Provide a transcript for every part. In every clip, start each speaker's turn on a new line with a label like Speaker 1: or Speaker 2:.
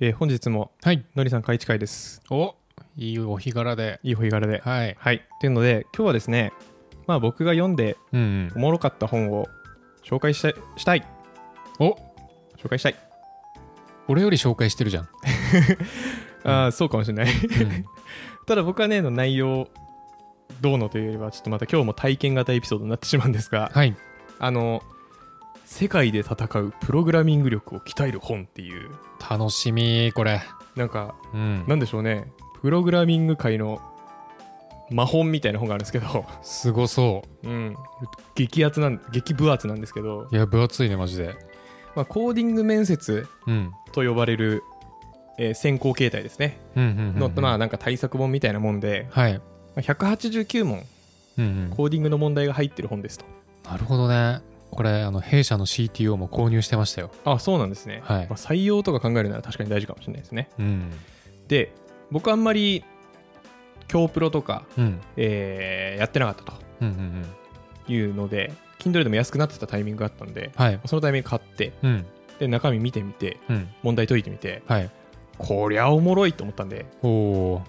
Speaker 1: えー本日も
Speaker 2: はい。
Speaker 1: のりさん会一会です
Speaker 2: おいいお日柄で。
Speaker 1: いいお日柄ではい、
Speaker 2: はい。
Speaker 1: っていうので今日はですねまあ僕が読んで
Speaker 2: うん、
Speaker 1: おもろかった本を紹介したいしたい
Speaker 2: お
Speaker 1: 紹介したい
Speaker 2: 俺より紹介してるじゃん。
Speaker 1: ああそうかもしれない
Speaker 2: うん
Speaker 1: ただ僕はねの内容どうのというよりはちょっとまた今日も体験型エピソードになってしまうんですが
Speaker 2: はい。
Speaker 1: あの世界で戦うプログラミング力を鍛える本っていう
Speaker 2: 楽しみ、これ。
Speaker 1: なんか
Speaker 2: うん。
Speaker 1: なんでしょうねプログラミング界の魔本みたいな本があるんですけど、
Speaker 2: すごそ
Speaker 1: うん、激厚なん激分厚なんですけど
Speaker 2: う。、いや、分厚いね、マジで。
Speaker 1: まあ、コーディング面接
Speaker 2: うん。
Speaker 1: と呼ばれる、えー選考形態ですね
Speaker 2: うんうんうんうん
Speaker 1: の、まあなんか対策本みたいなもんで、
Speaker 2: はい。
Speaker 1: まあ189問
Speaker 2: うんうん
Speaker 1: コーディングの問題が入ってる本ですと
Speaker 2: なるほどね。これ、あの、弊社の CTO も購入してましたよ。
Speaker 1: あそうなんですね、
Speaker 2: はい
Speaker 1: まあ、採用とか考えるなら確かに大事かもしれないですね
Speaker 2: うん。
Speaker 1: で僕あんまり強プロとか、
Speaker 2: うん。
Speaker 1: えーやってなかった
Speaker 2: うんうんうん。
Speaker 1: というので Kindle でも安くなってたタイミングがあったんで
Speaker 2: はい。
Speaker 1: そのタイミング買って
Speaker 2: うん。
Speaker 1: で中身見てみて
Speaker 2: うん。
Speaker 1: 問題解いてみて
Speaker 2: はい。
Speaker 1: こりゃおもろいと思ったんで
Speaker 2: おお。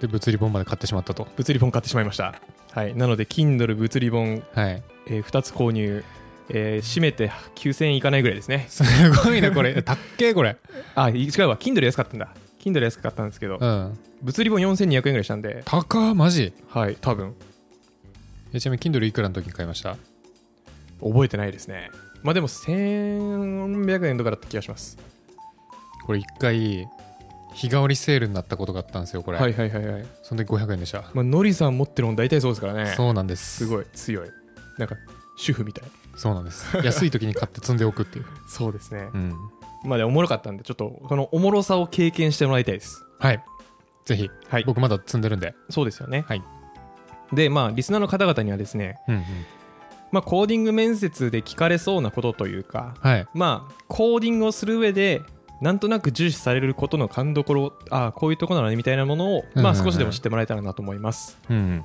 Speaker 2: で、物理本まで買ってしまったと。
Speaker 1: 物理本買ってしまいましたはいなので Kindle 物理本、
Speaker 2: はい。
Speaker 1: え2つ購入えー、締めて9000円いかないぐらいですね
Speaker 2: す ごいね、こ れ。たっけえ、これ。
Speaker 1: あ違うわ Kindle 安かったんだ Kindle 安かったんですけど
Speaker 2: うん。
Speaker 1: 物理本4200円ぐらいしたんで
Speaker 2: 高っマジ。
Speaker 1: はい多分
Speaker 2: えちなみに Kindle いくらの時に買いました
Speaker 1: 覚えてないですねまあでも1400円とかだった気がします
Speaker 2: これ一回日替わりセールになったことがあったんですよこれ、
Speaker 1: はいはいはいはい
Speaker 2: その時500円でした、
Speaker 1: まあのりさん持ってる本大体そうですからね
Speaker 2: そうなんで
Speaker 1: す
Speaker 2: すい
Speaker 1: ごい強いなんか主婦みたい
Speaker 2: そうなんです安い時に買って積んでおくっていう、
Speaker 1: そうですね
Speaker 2: うん、
Speaker 1: まあでもおもろかったんでちょっとこのおもろさを経験してもらいたいです
Speaker 2: はいぜひ、
Speaker 1: はい
Speaker 2: 僕まだ積んでるんで
Speaker 1: そうですよね
Speaker 2: はい
Speaker 1: でまあリスナーの方々にはですね、
Speaker 2: うんうん
Speaker 1: まあ、コーディング面接で聞かれそうなことというか
Speaker 2: はい
Speaker 1: まあコーディングをする上でなんとなく重視されることの勘どころああこういうとこなのねみたいなものを、
Speaker 2: うんうん
Speaker 1: ま
Speaker 2: う
Speaker 1: あ、
Speaker 2: ん
Speaker 1: 少しでも知ってもらえたらなと思います、
Speaker 2: うんうん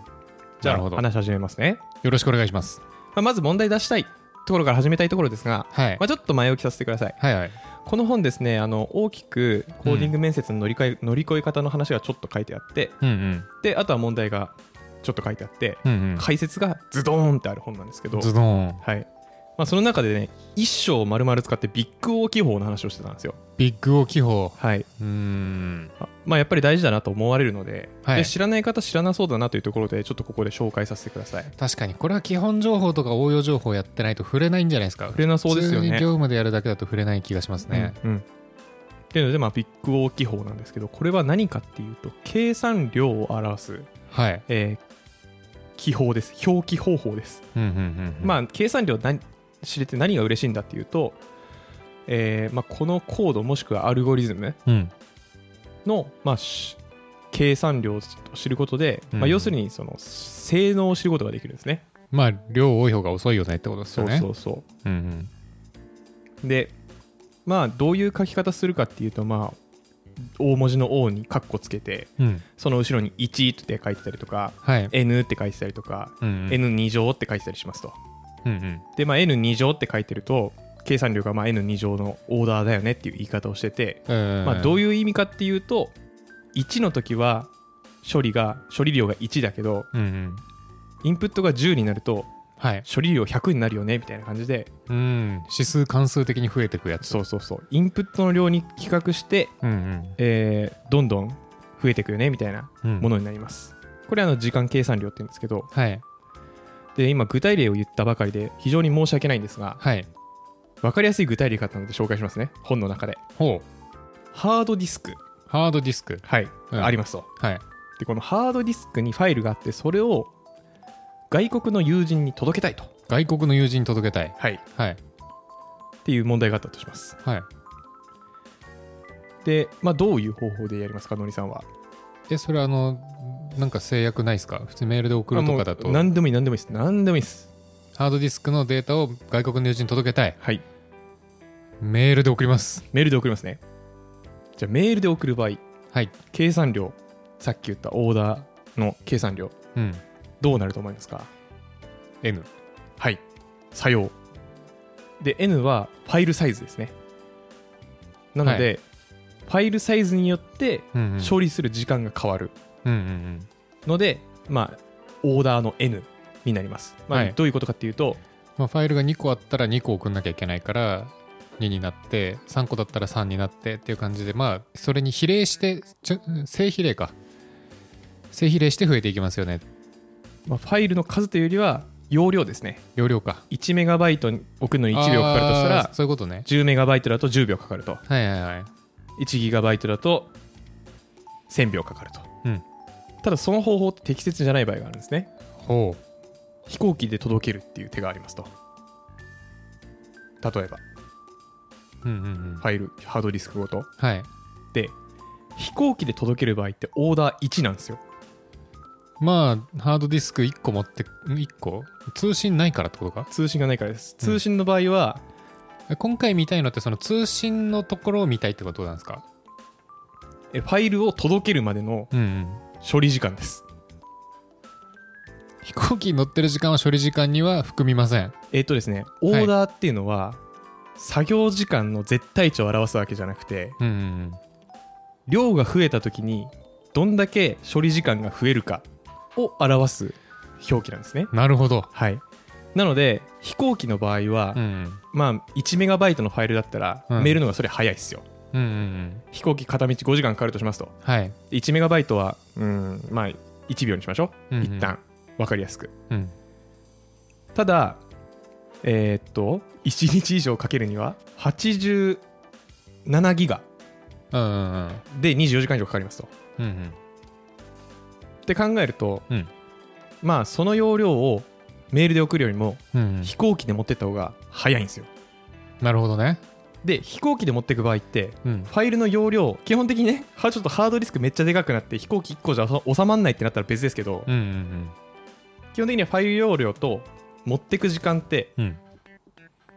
Speaker 1: じゃ
Speaker 2: なる
Speaker 1: あ
Speaker 2: ほど
Speaker 1: 話し始めますね、
Speaker 2: よろしくお願いします
Speaker 1: まあ、まず問題出したいところから始めたいところですが、
Speaker 2: はい、
Speaker 1: まあ、ちょっと前置きさせてください
Speaker 2: はいはい
Speaker 1: この本ですねあの大きくコーディング面接の乗りかえ乗り越え方の話がちょっと書いてあって
Speaker 2: うんうん
Speaker 1: であとは問題がちょっと書いてあって
Speaker 2: うん
Speaker 1: 解説がズドーンってある本なんですけ
Speaker 2: う
Speaker 1: ど
Speaker 2: ん、ズドン
Speaker 1: はいまあ、その中でね一章を丸々使ってビッグ王記法の話をしてたんですよ
Speaker 2: ビッグオ記法
Speaker 1: はい、
Speaker 2: うーん
Speaker 1: あまあ、やっぱり大事だなと思われるので,、
Speaker 2: はい
Speaker 1: で知らない方知らなそうだなというところでちょっとここで紹介させてください
Speaker 2: 確かにこれは基本情報とか応用情報やってないと触れないんじゃないですか
Speaker 1: 触れなそうですよ
Speaker 2: 普通に
Speaker 1: ね
Speaker 2: 業務でやるだけだと触れない気がしますね、
Speaker 1: うん、うんっていうので、まあ、ビッグ王記法なんですけどこれは何かっていうと計算量を表す、
Speaker 2: はい、
Speaker 1: えー記法です表記方法です
Speaker 2: うんうんうんうん、
Speaker 1: まあ、計算量な知れて何が嬉しいんだっていうと、えーまあ、このコードもしくはアルゴリズム
Speaker 2: うん
Speaker 1: の、まあ、し計算量を知ることで、
Speaker 2: うん
Speaker 1: まあ、要するにその性能を知ることができるんですね。
Speaker 2: まあ量多い方が遅いよねってことですよね
Speaker 1: そうそうそ
Speaker 2: うん
Speaker 1: うでまあどういう書き方するかっていうとまあ大文字の O にカッコつけて
Speaker 2: うんうん
Speaker 1: その後ろに1って書いてたりとか
Speaker 2: はい
Speaker 1: N って書いてたりとか、
Speaker 2: うんうん
Speaker 1: N2 乗って書いてたりしますと。
Speaker 2: うんうん
Speaker 1: で、まあ、N2 乗って書いてると計算量がまあ N2 乗のオーダーだよねっていう言い方をしてて、まあ、どう
Speaker 2: い
Speaker 1: いう意味かっていうと1の時は処理が処理量が1だけど
Speaker 2: うんうん
Speaker 1: インプットが10になると
Speaker 2: はい
Speaker 1: 処理量100になるよねみたいな感じで
Speaker 2: うん指数関数的に増えていくやつ
Speaker 1: そうそうそうインプットの量に比較して、
Speaker 2: うん
Speaker 1: えーどんどん増えていくよねみたいな
Speaker 2: うんうん
Speaker 1: ものになります、これあの時間計算量って言うんですけど
Speaker 2: はい
Speaker 1: で今具体例を言ったばかりで非常に申し訳ないんですが
Speaker 2: はい
Speaker 1: 分かりやすい具体例があったので紹介しますね本の中で
Speaker 2: ほう
Speaker 1: ハードディスク
Speaker 2: ハードディスク
Speaker 1: はい、
Speaker 2: うん
Speaker 1: ありますと
Speaker 2: はい
Speaker 1: でこのハードディスクにファイルがあってそれを外国の友人に届けたいと、
Speaker 2: 外国の友人に届けたい
Speaker 1: はい、
Speaker 2: はい
Speaker 1: っていう問題があったとします
Speaker 2: はい
Speaker 1: で、まあ、どういう方法でやりますかのりさんは
Speaker 2: えそれあのなんか制約ないですか普通メールで送るとかだ
Speaker 1: あも
Speaker 2: と
Speaker 1: う何でもいい何でもいいです何でもいいです
Speaker 2: ハードディスクのデータを外国の友人に届けたい
Speaker 1: はい
Speaker 2: メールで送ります
Speaker 1: メールで送りますねじゃあメールで送る場合
Speaker 2: はい
Speaker 1: 計算量さっき言ったオーダーの計算量
Speaker 2: うん
Speaker 1: どうなると思いますか
Speaker 2: N
Speaker 1: はい作用で N はファイルサイズですねなので、ファイルサイズによって
Speaker 2: うんうん
Speaker 1: 処理する時間が変わる
Speaker 2: うんうん
Speaker 1: ので、まあ、オーダーの N になります、まあ
Speaker 2: はい
Speaker 1: どういうことかっていうと
Speaker 2: まあ、ファイルが2個あったら2個送んなきゃいけないから2になって3個だったら3になってっていう感じでまあそれに比例してちょ正比例か正比例して増えていきますよね
Speaker 1: まあ、ファイルの数というよりは容量ですね
Speaker 2: 容量か
Speaker 1: 1メガバイトに送るのに1秒かかるとした
Speaker 2: あ
Speaker 1: ら
Speaker 2: ーそういうことね
Speaker 1: 10メガバイトだと10秒かかると
Speaker 2: はいはいはい
Speaker 1: 1ギガバイトだと1000秒かかると、
Speaker 2: うん
Speaker 1: ただその方法って適切じゃない場合があるんですね
Speaker 2: ほう
Speaker 1: 飛行機で届けるっていう手がありますと例えば
Speaker 2: うんうんうん
Speaker 1: ファイルハードディスクごと
Speaker 2: はい
Speaker 1: で飛行機で届ける場合ってオーダー1なんですよ
Speaker 2: まあハードディスク1個持って1個通信ないからってことか
Speaker 1: 通信がないからです通信の場合は、
Speaker 2: え今回見たいのってその通信のところを見たいってことなんですか
Speaker 1: えファイルを届けるまでの
Speaker 2: うんうん
Speaker 1: 処理時間です
Speaker 2: 飛行機に乗ってる時間は処理時間には含みません
Speaker 1: えっ、とですねオーダーっていうのは、作業時間の絶対値を表すわけじゃなくて
Speaker 2: うんうんうん
Speaker 1: 量が増えた時にどんだけ処理時間が増えるかを表す表記なんですね
Speaker 2: なるほど。
Speaker 1: はいなので飛行機の場合は、
Speaker 2: うん。
Speaker 1: まあ1メガバイトのファイルだったら、
Speaker 2: うん
Speaker 1: メールの方がそれ早いっすよ
Speaker 2: うんうんうん。
Speaker 1: 飛行機片道5時間かかるとしますと
Speaker 2: はい。
Speaker 1: 1メガバイトはうんまあ1秒にしましょう、
Speaker 2: うんうん
Speaker 1: 一旦わかりやすく
Speaker 2: うん。
Speaker 1: ただえーっと1日以上かけるには87ギガ
Speaker 2: うんうんうん。
Speaker 1: で24時間以上かかりますと
Speaker 2: うんうん。
Speaker 1: って考えると、
Speaker 2: うん
Speaker 1: まあその容量をメールで送るよりも
Speaker 2: うんうん
Speaker 1: 飛行機で持ってった方が早いんですよ
Speaker 2: なるほどね。
Speaker 1: で飛行機で持っていく場合って
Speaker 2: うん。
Speaker 1: ファイルの容量基本的にねはちょっとハードディスクめっちゃでかくなって飛行機1個じゃ収収まんないってなったら別ですけど、
Speaker 2: うんうん
Speaker 1: 基本的にはファイル容量と持ってく時間って
Speaker 2: うん。うん。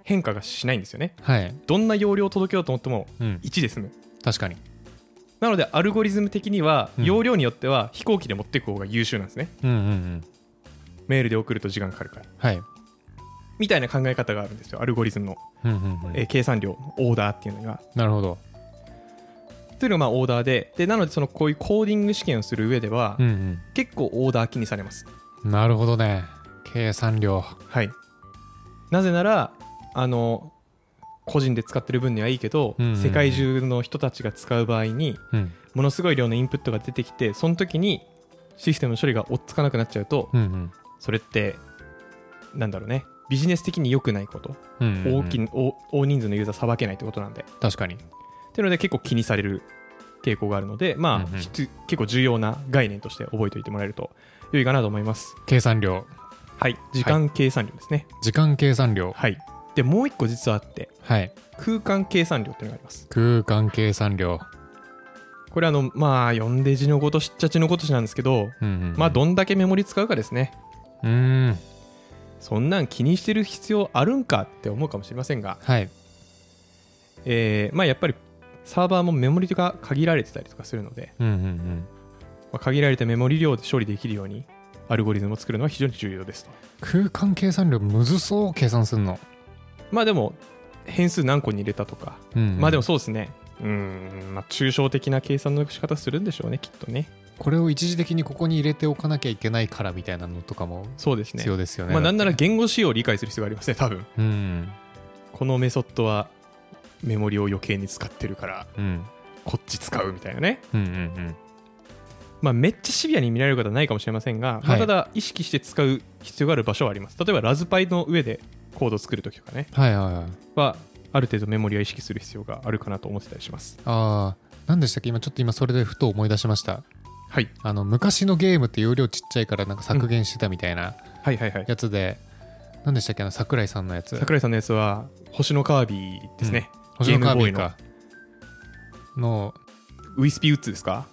Speaker 1: 変化がしないんですよね
Speaker 2: はい。
Speaker 1: どんな容量を届けようと思っても
Speaker 2: うん。
Speaker 1: 1で済む
Speaker 2: 確かに。
Speaker 1: なのでアルゴリズム的には
Speaker 2: うん
Speaker 1: 容量によっては飛行機で持っていく方が優秀なんですね、
Speaker 2: うんうんうん。
Speaker 1: メールで送ると時間かかるから
Speaker 2: はい。
Speaker 1: みたいな考え方があるんですよアルゴリズムの
Speaker 2: うんうんうん。
Speaker 1: えー計算量のオーダーっていうのが。
Speaker 2: なるほど。
Speaker 1: というのがまあオーダーででなのでそのこういうコーディング試験をする上では、
Speaker 2: うん
Speaker 1: 結構オーダー気にされます。
Speaker 2: うん。なるほどね。計算量。
Speaker 1: はい、なぜならあの個人で使ってる分にはいいけど、
Speaker 2: うんうんうん
Speaker 1: 世界中の人たちが使う場合に
Speaker 2: うん。
Speaker 1: ものすごい量のインプットが出てきてその時にシステムの処理が追っつかなくなっちゃうと、
Speaker 2: うんうん。
Speaker 1: それってなんだろうねビジネス的に良くないこと、
Speaker 2: うんうんうん
Speaker 1: 大きな大大人数のユーザーさばけないってことなんで
Speaker 2: 確かに。
Speaker 1: っていうので結構気にされる傾向があるので、まあ
Speaker 2: うんうん
Speaker 1: ひつ結構重要な概念として覚えておいてもらえると良いかなと思います。
Speaker 2: 計算量。
Speaker 1: はい、時間計算量ですね。
Speaker 2: 時間計算量。
Speaker 1: はい、でもう一個実はあって
Speaker 2: はい。
Speaker 1: 空間計算量っていうのがあります。
Speaker 2: 空間計算量。
Speaker 1: これあのまあ読んで字のごとしっちゃ字のごとしなんですけど、
Speaker 2: うんうんうん。
Speaker 1: まあどんだけメモリ使うかですね。
Speaker 2: うーん。
Speaker 1: そんなん気にしてる必要あるんかって思うかもしれませんが、
Speaker 2: はい。
Speaker 1: えーまあやっぱりサーバーもメモリが限られてたりとかするので、
Speaker 2: うんうんうん。
Speaker 1: まあ、限られたメモリ量で処理できるようにアルゴリズムを作るのは非常に重要ですと。
Speaker 2: 空間計算量むずそう計算すんの。
Speaker 1: まあでも変数何個に入れたとか、
Speaker 2: うんうん
Speaker 1: まあでもそうですねうんまあ抽象的な計算の仕方するんでしょうねきっとね
Speaker 2: これを一時的にここに入れておかなきゃいけないからみたいなのとかも
Speaker 1: そうですね
Speaker 2: 必要ですよね。
Speaker 1: まあなんなら
Speaker 2: だっ
Speaker 1: 言語仕様を理解する必要がありますね多分
Speaker 2: てうん、
Speaker 1: このメソッドはメモリを余計に使ってるから
Speaker 2: うん、
Speaker 1: こっち使うみたいなね
Speaker 2: うん、うん、
Speaker 1: まあめっちゃシビアに見られる方はないかもしれませんが、ま
Speaker 2: は
Speaker 1: あ
Speaker 2: い
Speaker 1: ただ意識して使う必要がある場所はあります例えばラズパイの上でコードを作るときとかね
Speaker 2: はいはいはい。
Speaker 1: はある程度メモリは意識する必要があるかなと思ってたりします
Speaker 2: ああ、なんでしたっけ今ちょっと今それでふと思い出しました。
Speaker 1: はい
Speaker 2: あの昔のゲームって容量ちっちゃいからなんか削減してたみたいな
Speaker 1: はいはいはい
Speaker 2: やつで、なんでしたっけあの桜井さんのやつ。
Speaker 1: 桜井さんのやつは星のカービィですね、
Speaker 2: 星のカービ
Speaker 1: ゲーム
Speaker 2: ィ
Speaker 1: ボーイ
Speaker 2: か。の
Speaker 1: ウィスピーウッズですか、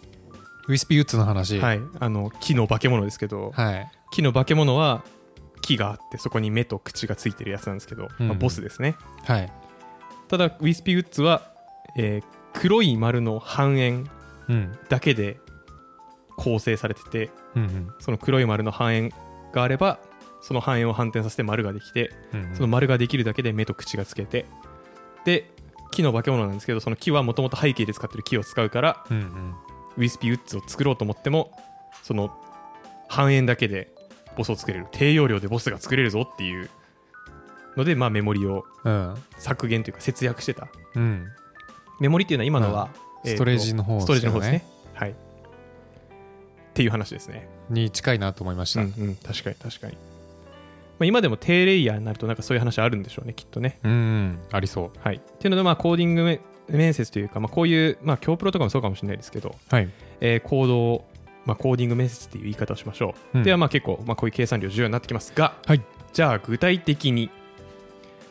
Speaker 2: ウィスピーウッズの話。
Speaker 1: はいあの木の化け物ですけど、
Speaker 2: はい。
Speaker 1: 木の化け物は木があってそこに目と口がついてるやつなんですけど、
Speaker 2: うん
Speaker 1: まあ、ボスですね
Speaker 2: はい。
Speaker 1: ただウィスピーウッズは、えー黒い丸の半円
Speaker 2: うん。
Speaker 1: だけで構成されてて
Speaker 2: うんうん
Speaker 1: その黒い丸の半円があればその半円を反転させて丸ができて
Speaker 2: うんうん。
Speaker 1: その丸ができるだけで目と口がつけてで木の化け物なんですけどその木はもともと背景で使ってる木を使うから
Speaker 2: うんうん
Speaker 1: ウィスピーウッズを作ろうと思ってもその半円だけでボスを作れる低容量でボスが作れるぞっていうので、まあ、メモリを
Speaker 2: うん
Speaker 1: 削減というか節約してた
Speaker 2: うん
Speaker 1: メモリっていうのは今のは、え
Speaker 2: ス
Speaker 1: と
Speaker 2: トレージの方
Speaker 1: ストレージの方ですねはいっていう話ですね
Speaker 2: に近いなと思いまし
Speaker 1: う
Speaker 2: た
Speaker 1: んうん確かに確かに、まあ、今でも低レイヤーになるとなんかそういう話あるんでしょうねきっとね
Speaker 2: うんうんありそう
Speaker 1: はいっていうのでまあコーディングめ面接というか、まあ、こういうまあ強プロとかもそうかもしれないですけど、
Speaker 2: はい
Speaker 1: えーコードを、まあ、コーディング面接っていう言い方をしましょう、
Speaker 2: うん
Speaker 1: ではまあ結構、まあ、こういう計算量重要になってきますが、
Speaker 2: はい
Speaker 1: じゃあ具体的に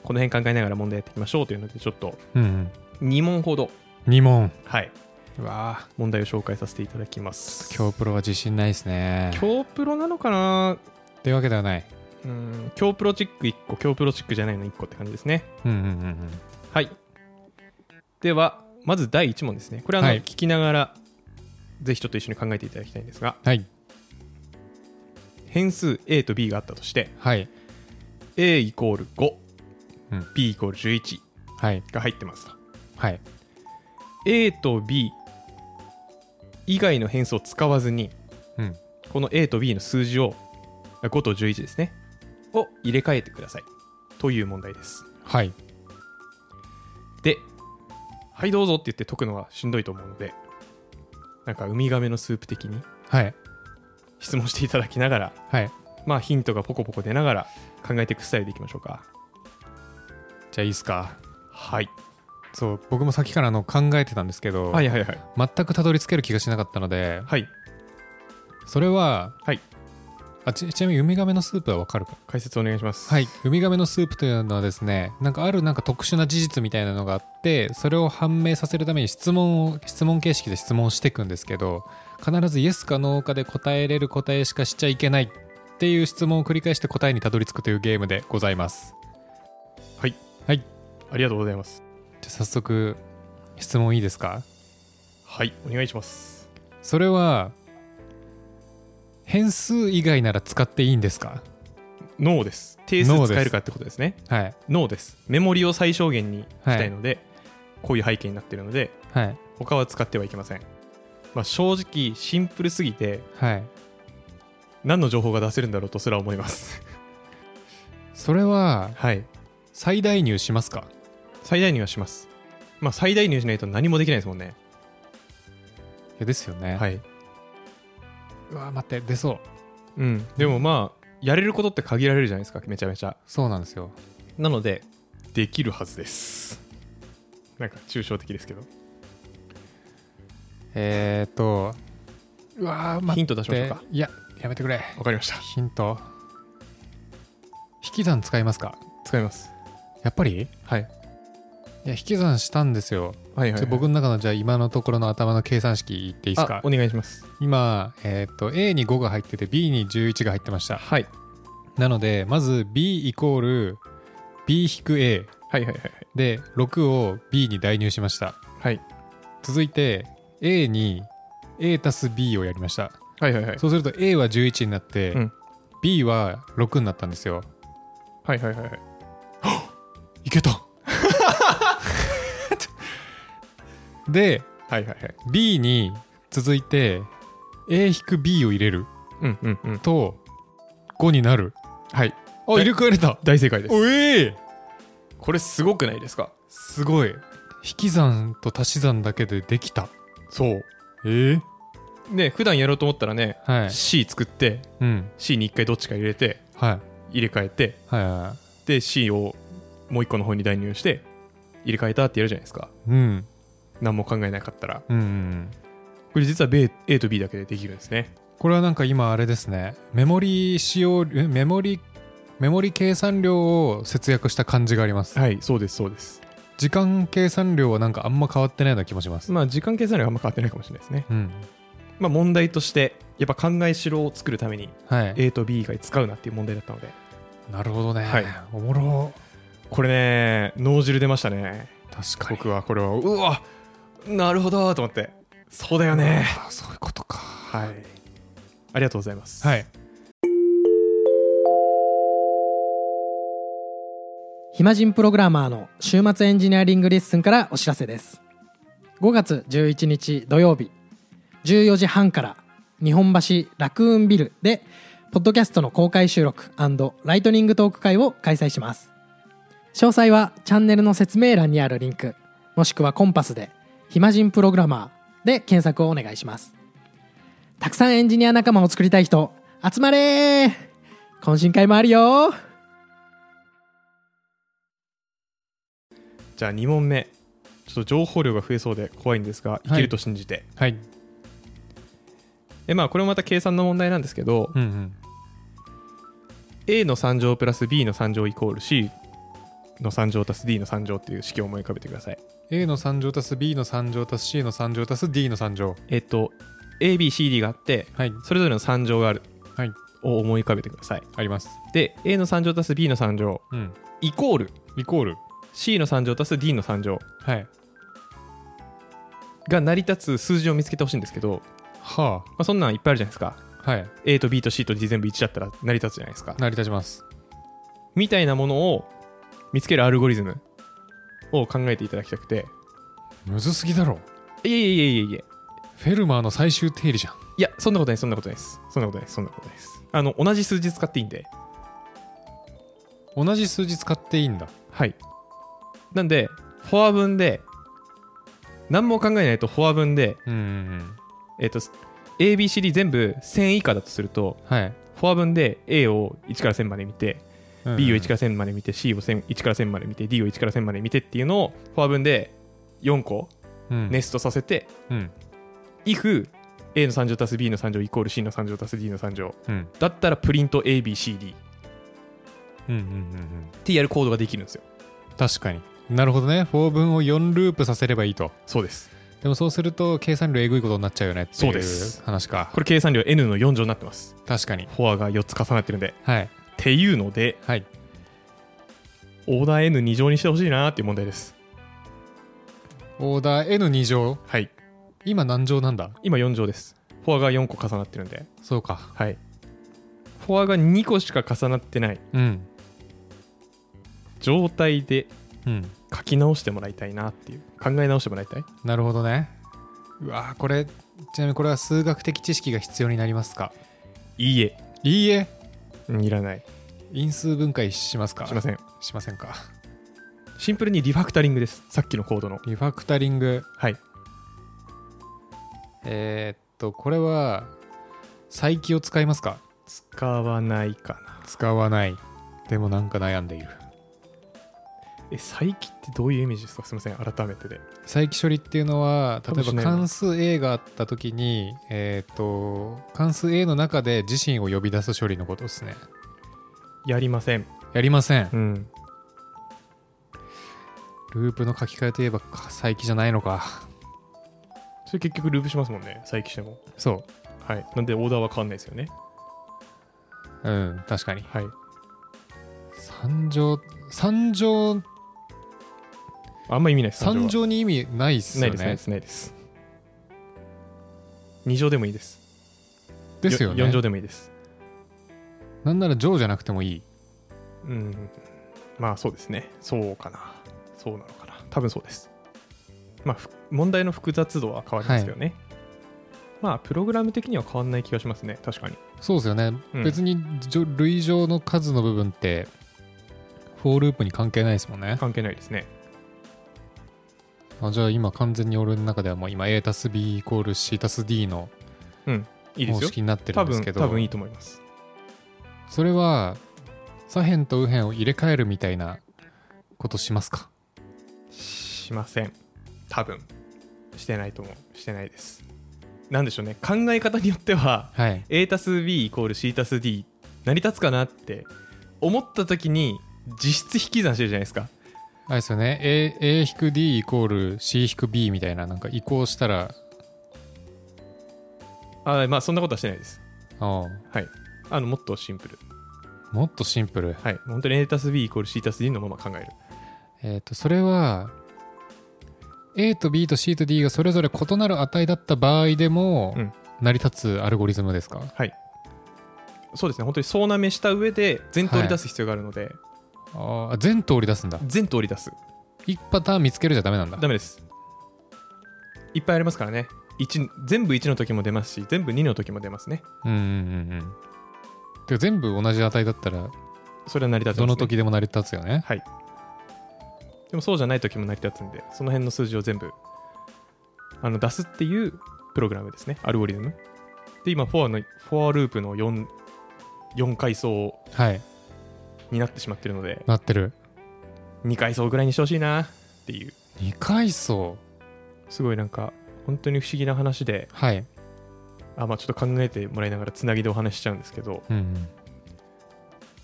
Speaker 1: この辺考えながら問題やっていきましょうというのでちょっと
Speaker 2: うんうん
Speaker 1: 2問ほど、
Speaker 2: 2問
Speaker 1: はい、
Speaker 2: わあ
Speaker 1: 問題を紹介させていただきます
Speaker 2: 今日プロは自信ないですね
Speaker 1: 強プロなのかな
Speaker 2: というわけではない
Speaker 1: うん強プロチック1個強プロチックじゃないの1個って感じですね
Speaker 2: うんうんうん
Speaker 1: はいではまず第1問ですねこれはあの、
Speaker 2: はい
Speaker 1: 聞きながらぜひちょっと一緒に考えていただきたいんですが
Speaker 2: はい
Speaker 1: 変数 A と B があったとして
Speaker 2: はい
Speaker 1: A イコール5、
Speaker 2: うん
Speaker 1: B イコール11
Speaker 2: はい
Speaker 1: が入ってますと
Speaker 2: はい
Speaker 1: A と B 以外の変数を使わずに
Speaker 2: うん
Speaker 1: この A と B の数字を5と11ですねを入れ替えてくださいという問題です
Speaker 2: はい
Speaker 1: で「はいどうぞ」って言って解くのはしんどいと思うのでなんかウミガメのスープ的に
Speaker 2: はい
Speaker 1: 質問していただきながら
Speaker 2: はい
Speaker 1: まあヒントがポコポコ出ながら考えていくスタイルでいきましょうか
Speaker 2: じゃあいいっすか
Speaker 1: はい
Speaker 2: そう僕もさっきからあの考えてたんですけど、
Speaker 1: はいはいはい
Speaker 2: 全くたどり着ける気がしなかったので
Speaker 1: はい
Speaker 2: それは、
Speaker 1: はい
Speaker 2: あちちなみにウミガメのスープはわかるか
Speaker 1: 解説お願いします
Speaker 2: はいウミガメのスープというのはですねなんかあるなんか特殊な事実みたいなのがあってそれを判明させるために質問を質問形式で質問をしていくんですけど必ずイエスかノーかで答えれる答えしかしちゃいけないっていう質問を繰り返して答えにたどり着くというゲームでございます
Speaker 1: はい
Speaker 2: はい
Speaker 1: ありがとうございます
Speaker 2: じゃあ早速質問いいですか
Speaker 1: はいお願いします
Speaker 2: それは変数以外なら使っていいんですか
Speaker 1: 脳です定
Speaker 2: ノー
Speaker 1: 数
Speaker 2: です
Speaker 1: 使えるかってことですね
Speaker 2: はい
Speaker 1: 脳ですメモリを最小限にしたいので、こういう背景になってるので
Speaker 2: はい
Speaker 1: 他は使ってはいけませんまあ正直シンプルすぎて
Speaker 2: はい
Speaker 1: 何の情報が出せるんだろうとすら思います
Speaker 2: それは
Speaker 1: はい
Speaker 2: 最大入しますか
Speaker 1: 最大入はしますまあ最大入しないと何もできないですもんね
Speaker 2: いやですよね、
Speaker 1: はい、
Speaker 2: うわ待って出そう
Speaker 1: うん、でもまあやれることって限られるじゃないですかめちゃめちゃ
Speaker 2: そうなんですよ
Speaker 1: なのでできるはずですなんか抽象的ですけど
Speaker 2: えー、っとうわ待
Speaker 1: ヒ
Speaker 2: っ
Speaker 1: ント出してましょうか
Speaker 2: いややめてくれ
Speaker 1: わかりました
Speaker 2: ヒント引き算使いますか
Speaker 1: 使います
Speaker 2: やっぱり
Speaker 1: はい
Speaker 2: いや引き算したんですよ、
Speaker 1: はいはい、
Speaker 2: ちょ僕の中のじゃあ今のところの頭の計算式言っていいです
Speaker 1: あ
Speaker 2: か
Speaker 1: お願いします
Speaker 2: 今、えーっと A に5が入ってて B に11が入ってました
Speaker 1: はい
Speaker 2: なのでまず B イコール B-A
Speaker 1: はいはいはいはい
Speaker 2: で6を B に代入しました
Speaker 1: はい
Speaker 2: 続いて A に A たす B をやりました
Speaker 1: はいはいはい
Speaker 2: そうすると A は11になって、
Speaker 1: うん
Speaker 2: B は6になったんですよ
Speaker 1: はいはいはいはい
Speaker 2: いけた で
Speaker 1: はいはいはい
Speaker 2: B に続いて A-B を入れる
Speaker 1: うんうんうん
Speaker 2: と5になる
Speaker 1: はい
Speaker 2: あ入れ替えれた
Speaker 1: 大正解です
Speaker 2: おえー
Speaker 1: これすごくないですか
Speaker 2: すごい引き算と足し算だけでできた
Speaker 1: そう
Speaker 2: ええ
Speaker 1: ね普段やろうと思ったらね、
Speaker 2: はい、
Speaker 1: C 作って
Speaker 2: うん、
Speaker 1: C に1回どっちか入れて
Speaker 2: はい
Speaker 1: 入れ替えて
Speaker 2: はいは
Speaker 1: で C をもう1個の方に代入して入れ替えたってやるじゃないですか
Speaker 2: いうん
Speaker 1: 何も考えなかったら
Speaker 2: うんうん
Speaker 1: これ実は B A と B だけでできるんですね
Speaker 2: これはなんか今あれですねメモリ使用えメモリメモリ計算量を節約した感じがあります
Speaker 1: はいそうですそうです
Speaker 2: 時間計算量はなんかあんま変わってないような気もします
Speaker 1: まあ時間計算量はあんま変わってないかもしれないですね
Speaker 2: うん
Speaker 1: まあ問題としてやっぱ考えしろを作るために
Speaker 2: はい
Speaker 1: A と B 以外使うなっていう問題だったので
Speaker 2: なるほどね、
Speaker 1: はい
Speaker 2: おもろ
Speaker 1: これね脳汁出ましたね
Speaker 2: 確かに
Speaker 1: 僕はこれはうわなるほどと思ってそうだよね
Speaker 2: あそういうことか
Speaker 1: はいありがとうございます
Speaker 2: はい
Speaker 3: 暇人プログラマーの週末エンジニアリングレッスンからお知らせです5月11日土曜日14時半から日本橋ラクーンビルでポッドキャストの公開収録ライトニングトーク会を開催します詳細はチャンネルの説明欄にあるリンクもしくはコンパスで「暇人プログラマー」で検索をお願いしますたくさんエンジニア仲間を作りたい人集まれー懇親会もあるよー
Speaker 1: じゃあ2問目ちょっと情報量が増えそうで怖いんですがいけると信じて、
Speaker 2: はい。
Speaker 1: でまあこれもまた計算の問題なんですけど、
Speaker 2: うんうん。
Speaker 1: A の3乗プラス B の3乗イコール C の3乗足す D の3乗っていう式を思い浮かべてください
Speaker 2: A の3乗足す B の3乗足す C の3乗足す D の3乗。
Speaker 1: えっと ABCD があって
Speaker 2: はい。
Speaker 1: それぞれの3乗がある
Speaker 2: はい。
Speaker 1: を思い浮かべてください
Speaker 2: あります。
Speaker 1: で A の3乗足す B の3乗
Speaker 2: うん。
Speaker 1: イコール
Speaker 2: イコール。
Speaker 1: C の3乗足す D の3乗
Speaker 2: はい。
Speaker 1: が成り立つ数字を見つけてほしいんですけど、
Speaker 2: は
Speaker 1: まあ、そんなんいっぱいあるじゃないですか
Speaker 2: あ。はい。
Speaker 1: A と B と C と D 全部1だったら成り立つじゃないですか
Speaker 2: 成り立ちます。
Speaker 1: みたいなものを見つけるアルゴリズムを考えていただきたくて
Speaker 2: むずすぎだろ。
Speaker 1: いえいえいえいえいえ
Speaker 2: フェルマーの最終定理じゃん。
Speaker 1: いやそんなことないそんなことないですそんなことないですそんなことないですあの同じ数字使っていいんで
Speaker 2: 同じ数字使っていいんだ。
Speaker 1: はいなんでフォア分で何も考えないとフォア分で
Speaker 2: うんうんうん。
Speaker 1: えっ、と ABCD 全部1000以下だとすると
Speaker 2: はい。
Speaker 1: フォア分で A を1から1000まで見て
Speaker 2: うんうん
Speaker 1: B を1から1000まで見て C を1000 1から1000まで見て D を1から1000まで見てっていうのをフォア分で4個
Speaker 2: うん
Speaker 1: ネストさせて、
Speaker 2: うん。
Speaker 1: if A の3乗足す B の3乗イコール C の3乗足す D の3乗
Speaker 2: うん。
Speaker 1: だったらプリント ABCD っ
Speaker 2: うんうんうんうん。
Speaker 1: てやるコードができるんですよ
Speaker 2: 確かに。なるほどね。4分を4ループさせればいいと。
Speaker 1: そうです
Speaker 2: でもそうすると計算量えぐいことになっちゃうよねって
Speaker 1: そう
Speaker 2: い
Speaker 1: です
Speaker 2: う話か
Speaker 1: こ。れ計算量 N の4乗になってます
Speaker 2: 確かに。
Speaker 1: フォアが4つ重なってるんで
Speaker 2: はい。
Speaker 1: っていうので
Speaker 2: はい。
Speaker 1: オーダー N2 乗にしてほしいなーっていう問題です
Speaker 2: オーダー N2 乗。
Speaker 1: はい
Speaker 2: 今何乗なんだ
Speaker 1: 今4乗ですフォアが4個重なってるんで
Speaker 2: そうか。
Speaker 1: はいフォアが2個しか重なってない
Speaker 2: うん。
Speaker 1: 状態で
Speaker 2: うん。
Speaker 1: 書き直してもらいたいなっていう考え直してもらいたい
Speaker 2: なるほどね。うわーこれ、ちなみにこれは数学的知識が必要になりますか
Speaker 1: いいえ
Speaker 2: いいえ。
Speaker 1: うんいらない
Speaker 2: 因数分解しますか
Speaker 1: しません
Speaker 2: しませんか。
Speaker 1: シンプルにリファクタリングですさっきのコードの
Speaker 2: リファクタリング。
Speaker 1: はい
Speaker 2: えーっと、これは、再起を使いますか
Speaker 1: 使わないかな
Speaker 2: 使わない。でもなんか悩んでいる。
Speaker 1: え再起ってどういうイメージですかすみません改めてで
Speaker 2: 再起処理っていうのは
Speaker 1: か
Speaker 2: 例
Speaker 1: も
Speaker 2: え
Speaker 1: しれな
Speaker 2: ば
Speaker 1: い
Speaker 2: 関数 A があった時に、えー、と関数 A の中で自身を呼び出す処理のことですね
Speaker 1: やりません
Speaker 2: やりません
Speaker 1: うん
Speaker 2: ループの書き換えといえばか再起じゃないのか
Speaker 1: それ結局ループしますもんね再起しても
Speaker 2: そ
Speaker 1: はいなんでオーダーは変わんないですよね
Speaker 2: ううん確かに
Speaker 1: はい
Speaker 2: 三乗三乗
Speaker 1: あんま意味ないです
Speaker 2: 三
Speaker 1: 乗は
Speaker 2: 乗に意味ないっす
Speaker 1: な
Speaker 2: よ
Speaker 1: いですないで
Speaker 2: ね
Speaker 1: すないです2乗でもいいです
Speaker 2: ですよ
Speaker 1: 4
Speaker 2: ね
Speaker 1: 乗でもいいです
Speaker 2: なんなら乗じゃなくてもいい
Speaker 1: うんまあそうですねそうかなそうなのかな多分そうですまあふ問題の複雑度は変わりますよね、まあプログラム的には変わんない気がしますね確かに
Speaker 2: そうですよね、
Speaker 1: うん
Speaker 2: 別に乗類乗の数の部分ってフォーループに関係ないですもんね
Speaker 1: 関係ないですね
Speaker 2: あじゃあ今完全に俺の中ではもう今 A たす B イコール C たす D の
Speaker 1: いいで
Speaker 2: 方
Speaker 1: すよ
Speaker 2: 式になってる
Speaker 1: 多
Speaker 2: んです
Speaker 1: 分
Speaker 2: けど
Speaker 1: 多分いいと思います
Speaker 2: それは左辺と右辺を入れ替えるみたいなことしますか
Speaker 1: しません多分してないと思うしてないですなんでしょうね考え方によっては
Speaker 2: はい
Speaker 1: A たす B イコール C たす D 成り立つかなって思った時に実質引き算してるじゃないですか
Speaker 2: あれですよね A- A-D イコール C-B みたいななんか移行したら
Speaker 1: あまあそんなことはしてないです
Speaker 2: ああ
Speaker 1: はいあのもっとシンプル
Speaker 2: もっとシンプル
Speaker 1: はい本当に A たす B イコール C たす D のまま考える
Speaker 2: えっ、とそれは A と B と C と D がそれぞれ異なる値だった場合でも
Speaker 1: うん
Speaker 2: 成り立つアルゴリズムですか、
Speaker 1: はいそうですね本当に総なめした上で全通り出す必要があるので、
Speaker 2: ああ全通り出すんだ
Speaker 1: 全通り出す
Speaker 2: 一パターン見つけるじゃダメなんだ
Speaker 1: ダメですいっぱいありますからね一全部1の時も出ますし全部2の時も出ますね
Speaker 2: うんうんうんうんてか全部同じ値だったら
Speaker 1: それは成り立つ、
Speaker 2: どの時でも成り立つよね
Speaker 1: はいでもそうじゃない時も成り立つんでその辺の数字を全部あの出すっていうプログラムですねアルゴリズムで今フォアのフォアループの 4, 4階層
Speaker 2: はい
Speaker 1: になってしまってるので
Speaker 2: なってる
Speaker 1: 2階層ぐらいにしてほしいなっていう
Speaker 2: 2階層
Speaker 1: すごいなんか本当に不思議な話で
Speaker 2: はい
Speaker 1: あ、まあ、ちょっと考えてもらいながらつなぎでお話ししちゃうんですけど、
Speaker 2: うんうん
Speaker 1: ね、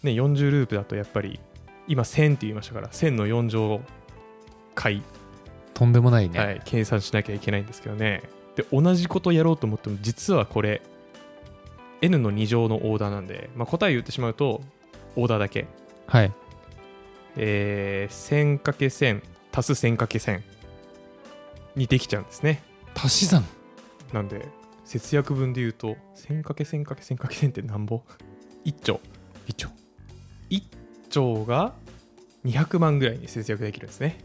Speaker 1: 40ループだとやっぱり今1000って言いましたから1000の4乗回、
Speaker 2: とんでもないね、
Speaker 1: はい、計算しなきゃいけないんですけどねで同じことやろうと思っても実はこれ n の2乗のオーダーなんで、まあ、答え言ってしまうとオーダーだけ、
Speaker 2: はい
Speaker 1: えー、1000×1000 足す 1000×1000 にできちゃうんですね
Speaker 2: 足し算
Speaker 1: なんで節約分で言うと 1000×1000×1000 ってなんぼ ?1 兆
Speaker 2: 一丁
Speaker 1: 1兆が200万ぐらいに節約できるんですね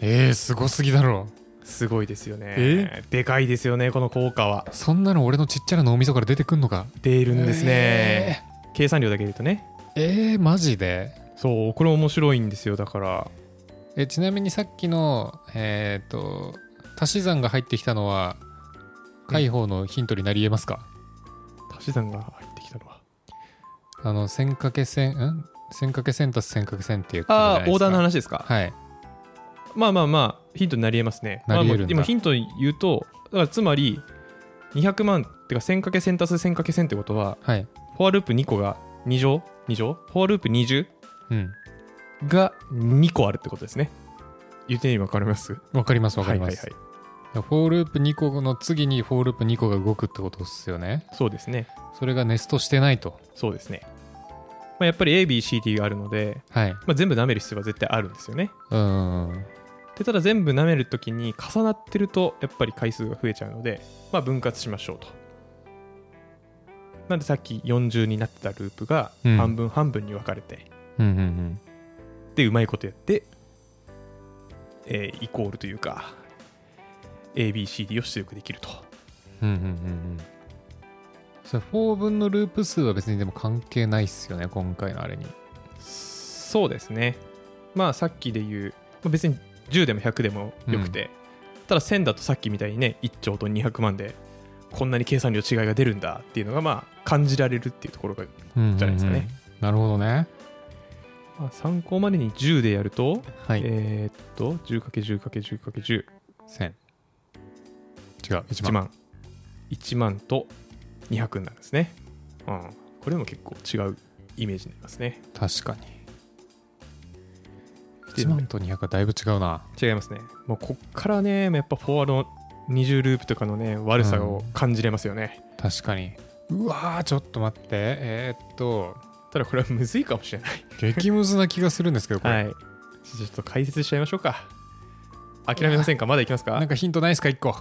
Speaker 2: えー、すごすぎだろ
Speaker 1: すごいですよねでかいですよねこの効果は
Speaker 2: そんなの俺のちっちゃな脳みそから出てくんのか
Speaker 1: 出るんですね、計算量だけで言うとね
Speaker 2: えー、えーマジで
Speaker 1: そうこれ面白いんですよだから
Speaker 2: えちなみにさっきのえっ、と足し算が入ってきたのは解放のヒントになりえますか、
Speaker 1: 足し算が入ってきたのは
Speaker 2: あの線掛け線ん線掛け線足す線掛け線っていうことじゃない
Speaker 1: あ
Speaker 2: で
Speaker 1: あ
Speaker 2: す
Speaker 1: オー
Speaker 2: か
Speaker 1: ダーの話ですか
Speaker 2: はい
Speaker 1: まあまあまあヒントになりえますね
Speaker 2: なりえるんだ
Speaker 1: まあ、今ヒント言うとだからつまり200万ってか 1000×1000 足す 1000×1000 ってことは
Speaker 2: はい
Speaker 1: フォアループ2個が2乗2乗フォアループ20
Speaker 2: うん
Speaker 1: が2個あるってことですね言ってみれば分かります
Speaker 2: わかりますわかります、
Speaker 1: はいはいは
Speaker 2: フォーループ2個の次にフォーループ2個が動くってことですよね
Speaker 1: いそうですね
Speaker 2: それがネストしてないと
Speaker 1: そうですね、まあ、やっぱり ABCD があるので、
Speaker 2: はい
Speaker 1: まあ、全部舐める必要は絶対あるんですよね
Speaker 2: うーん
Speaker 1: でただ全部舐めるときに重なってるとやっぱり回数が増えちゃうので、まあ、分割しましょうとなんでさっき40になってたループが
Speaker 2: うん
Speaker 1: 半分半分に分かれて、
Speaker 2: うんうんうん
Speaker 1: でうまいことやって、えーイコールというか ABCD を出力できると
Speaker 2: うんうんうんうんそれ4分のループ数は別にでも関係ないっすよね今回のあれに
Speaker 1: そうですねまあさっきで言う、まあ別に10でも100でもよくて、ただ1000だとさっきみたいにね1兆と200万でこんなに計算量違いが出るんだっていうのがまあ感じられるっていうところが、じゃないですかね
Speaker 2: なるほどね
Speaker 1: まあ、参考までに10でやると、
Speaker 2: はい、
Speaker 1: えーっと 10×10×10×10
Speaker 2: 千違う1
Speaker 1: 1
Speaker 2: 万
Speaker 1: 万1万と200になるんですね、うん、これも結構違うイメージになりますね
Speaker 2: 確かに
Speaker 1: で
Speaker 2: 1万と200はだいぶ違うな
Speaker 1: 違いますねもうこっからねやっぱフォワードの20ループとかのね悪さを感じれますよね、
Speaker 2: 確かにうわーちょっと待ってえーっと
Speaker 1: ただこれはむずいかもしれない。
Speaker 2: 激ムズな気がするんですけどこれ、
Speaker 1: い。ちょっと解説しちゃいましょうか。諦めませんかまだいきます
Speaker 2: なん
Speaker 1: か
Speaker 2: かヒントないですか1個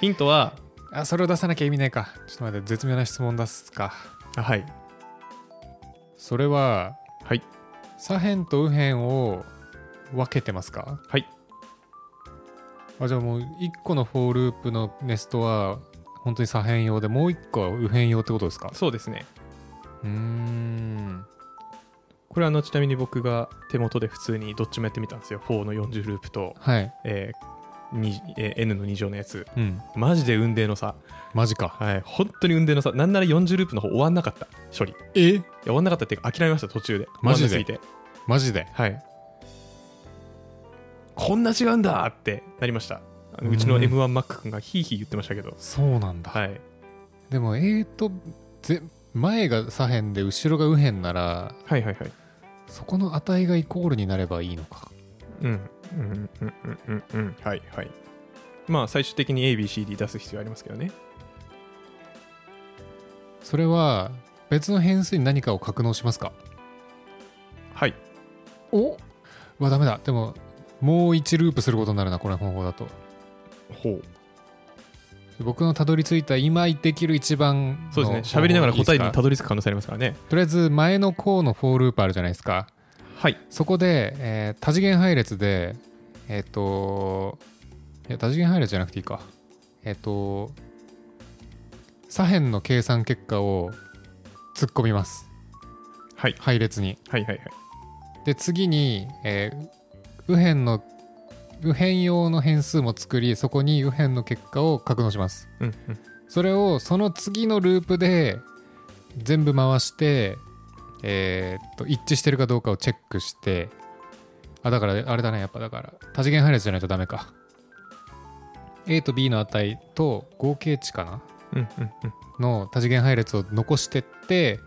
Speaker 1: ヒントは、
Speaker 2: あそれを出さなきゃ意味ないかちょっと待って絶妙な質問出すか
Speaker 1: あはい。
Speaker 2: それは
Speaker 1: はい。
Speaker 2: 左辺と右辺を分けてますか
Speaker 1: はい。
Speaker 2: あじゃあもう1個のフォーループのネストは本当に左辺用でもう1個は右辺用ってことですか
Speaker 1: そうですね。
Speaker 2: うーん
Speaker 1: これはあのちなみに僕が手元で普通にどっちもやってみたんですよ。4の40ループと、
Speaker 2: はい
Speaker 1: えーにえー N の2乗のやつ。
Speaker 2: うん
Speaker 1: マジで運命の差。
Speaker 2: マジか
Speaker 1: はい。本当に運命の差。なんなら40ループの方終わんなかった。処理。いや
Speaker 2: え
Speaker 1: 終わんなかったっていうか諦めました途中で。
Speaker 2: マジで
Speaker 1: 終わんなすぎて。
Speaker 2: マジで
Speaker 1: はい。こんな違うんだってなりました。あのうちの
Speaker 2: うん
Speaker 1: M1 マック君がヒーヒー言ってましたけど。
Speaker 2: そうなんだ、
Speaker 1: はい。
Speaker 2: でもえーとぜ前が左辺で後ろが右辺なら
Speaker 1: はいはいはい。
Speaker 2: そこの値がイコールになればいいのか
Speaker 1: うん。うんうんうんうんうん。はいはい。まあ最終的に ABCD 出す必要ありますけどね。
Speaker 2: それは別の変数に何かを格納しますか
Speaker 1: はい。
Speaker 2: おはダメだでももう1ループすることになるなこの方法だと
Speaker 1: ほう。
Speaker 2: 僕のたどり着いた今できる一番の
Speaker 1: そうですね。喋りながら答え
Speaker 2: いい
Speaker 1: に
Speaker 2: ですか
Speaker 1: たどり着く可能性ありますからね。
Speaker 2: とりあえず前の項のフォーループあるじゃないですか
Speaker 1: はい
Speaker 2: そこで、えー多次元配列でえっ、といや多次元配列じゃなくていいかえっ、と左辺の計算結果を突っ込みます
Speaker 1: はい
Speaker 2: 配列に
Speaker 1: はいはいはい
Speaker 2: で次に、えー右辺の右辺用の変数も作りそこに右辺の結果を格納します
Speaker 1: うんうん
Speaker 2: それをその次のループで全部回して、えーっと一致してるかどうかをチェックしてあだからあれだねやっぱだから多次元配列じゃないとダメか A と B の値と合計値かな
Speaker 1: うんうんうん
Speaker 2: の多次元配列を残してって、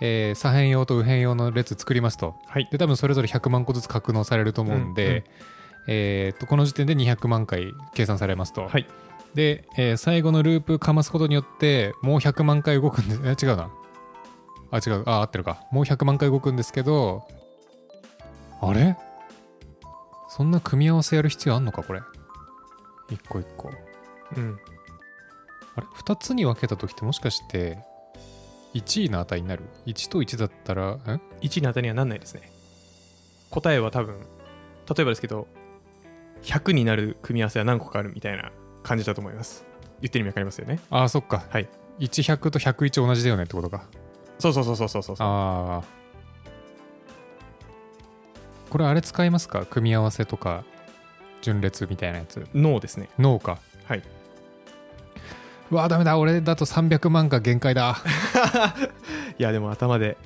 Speaker 2: えー左辺用と右辺用の列作りますと
Speaker 1: はい
Speaker 2: で多分それぞれ100万個ずつ格納されると思うんで、
Speaker 1: うんうん
Speaker 2: えーっとこの時点で200万回計算されますと、
Speaker 1: はい
Speaker 2: で、えー最後のループかますことによってもう100万回動くんでえ違うなあ違うあ合ってるかもう100万回動くんですけどあれそんな組み合わせやる必要あんのかこれ一個一個
Speaker 1: うん
Speaker 2: あれ2つに分けた時ってもしかして1位の値になる1と1だったらん
Speaker 1: 1の値にはなんないですね答えは多分例えばですけど100になる組み合わせは何個かあるみたいな感じだと思います言ってる意味わかりますよね
Speaker 2: あーそっか
Speaker 1: はい
Speaker 2: 1100と101同じだよねってことか
Speaker 1: そうそうそうそうそうそう
Speaker 2: ああこれあれ使いますか組み合わせとか順列みたいなやつ
Speaker 1: 脳ですね
Speaker 2: 脳か
Speaker 1: はいう
Speaker 2: わーダメだ俺だと300万が限界だ
Speaker 1: いやでも頭で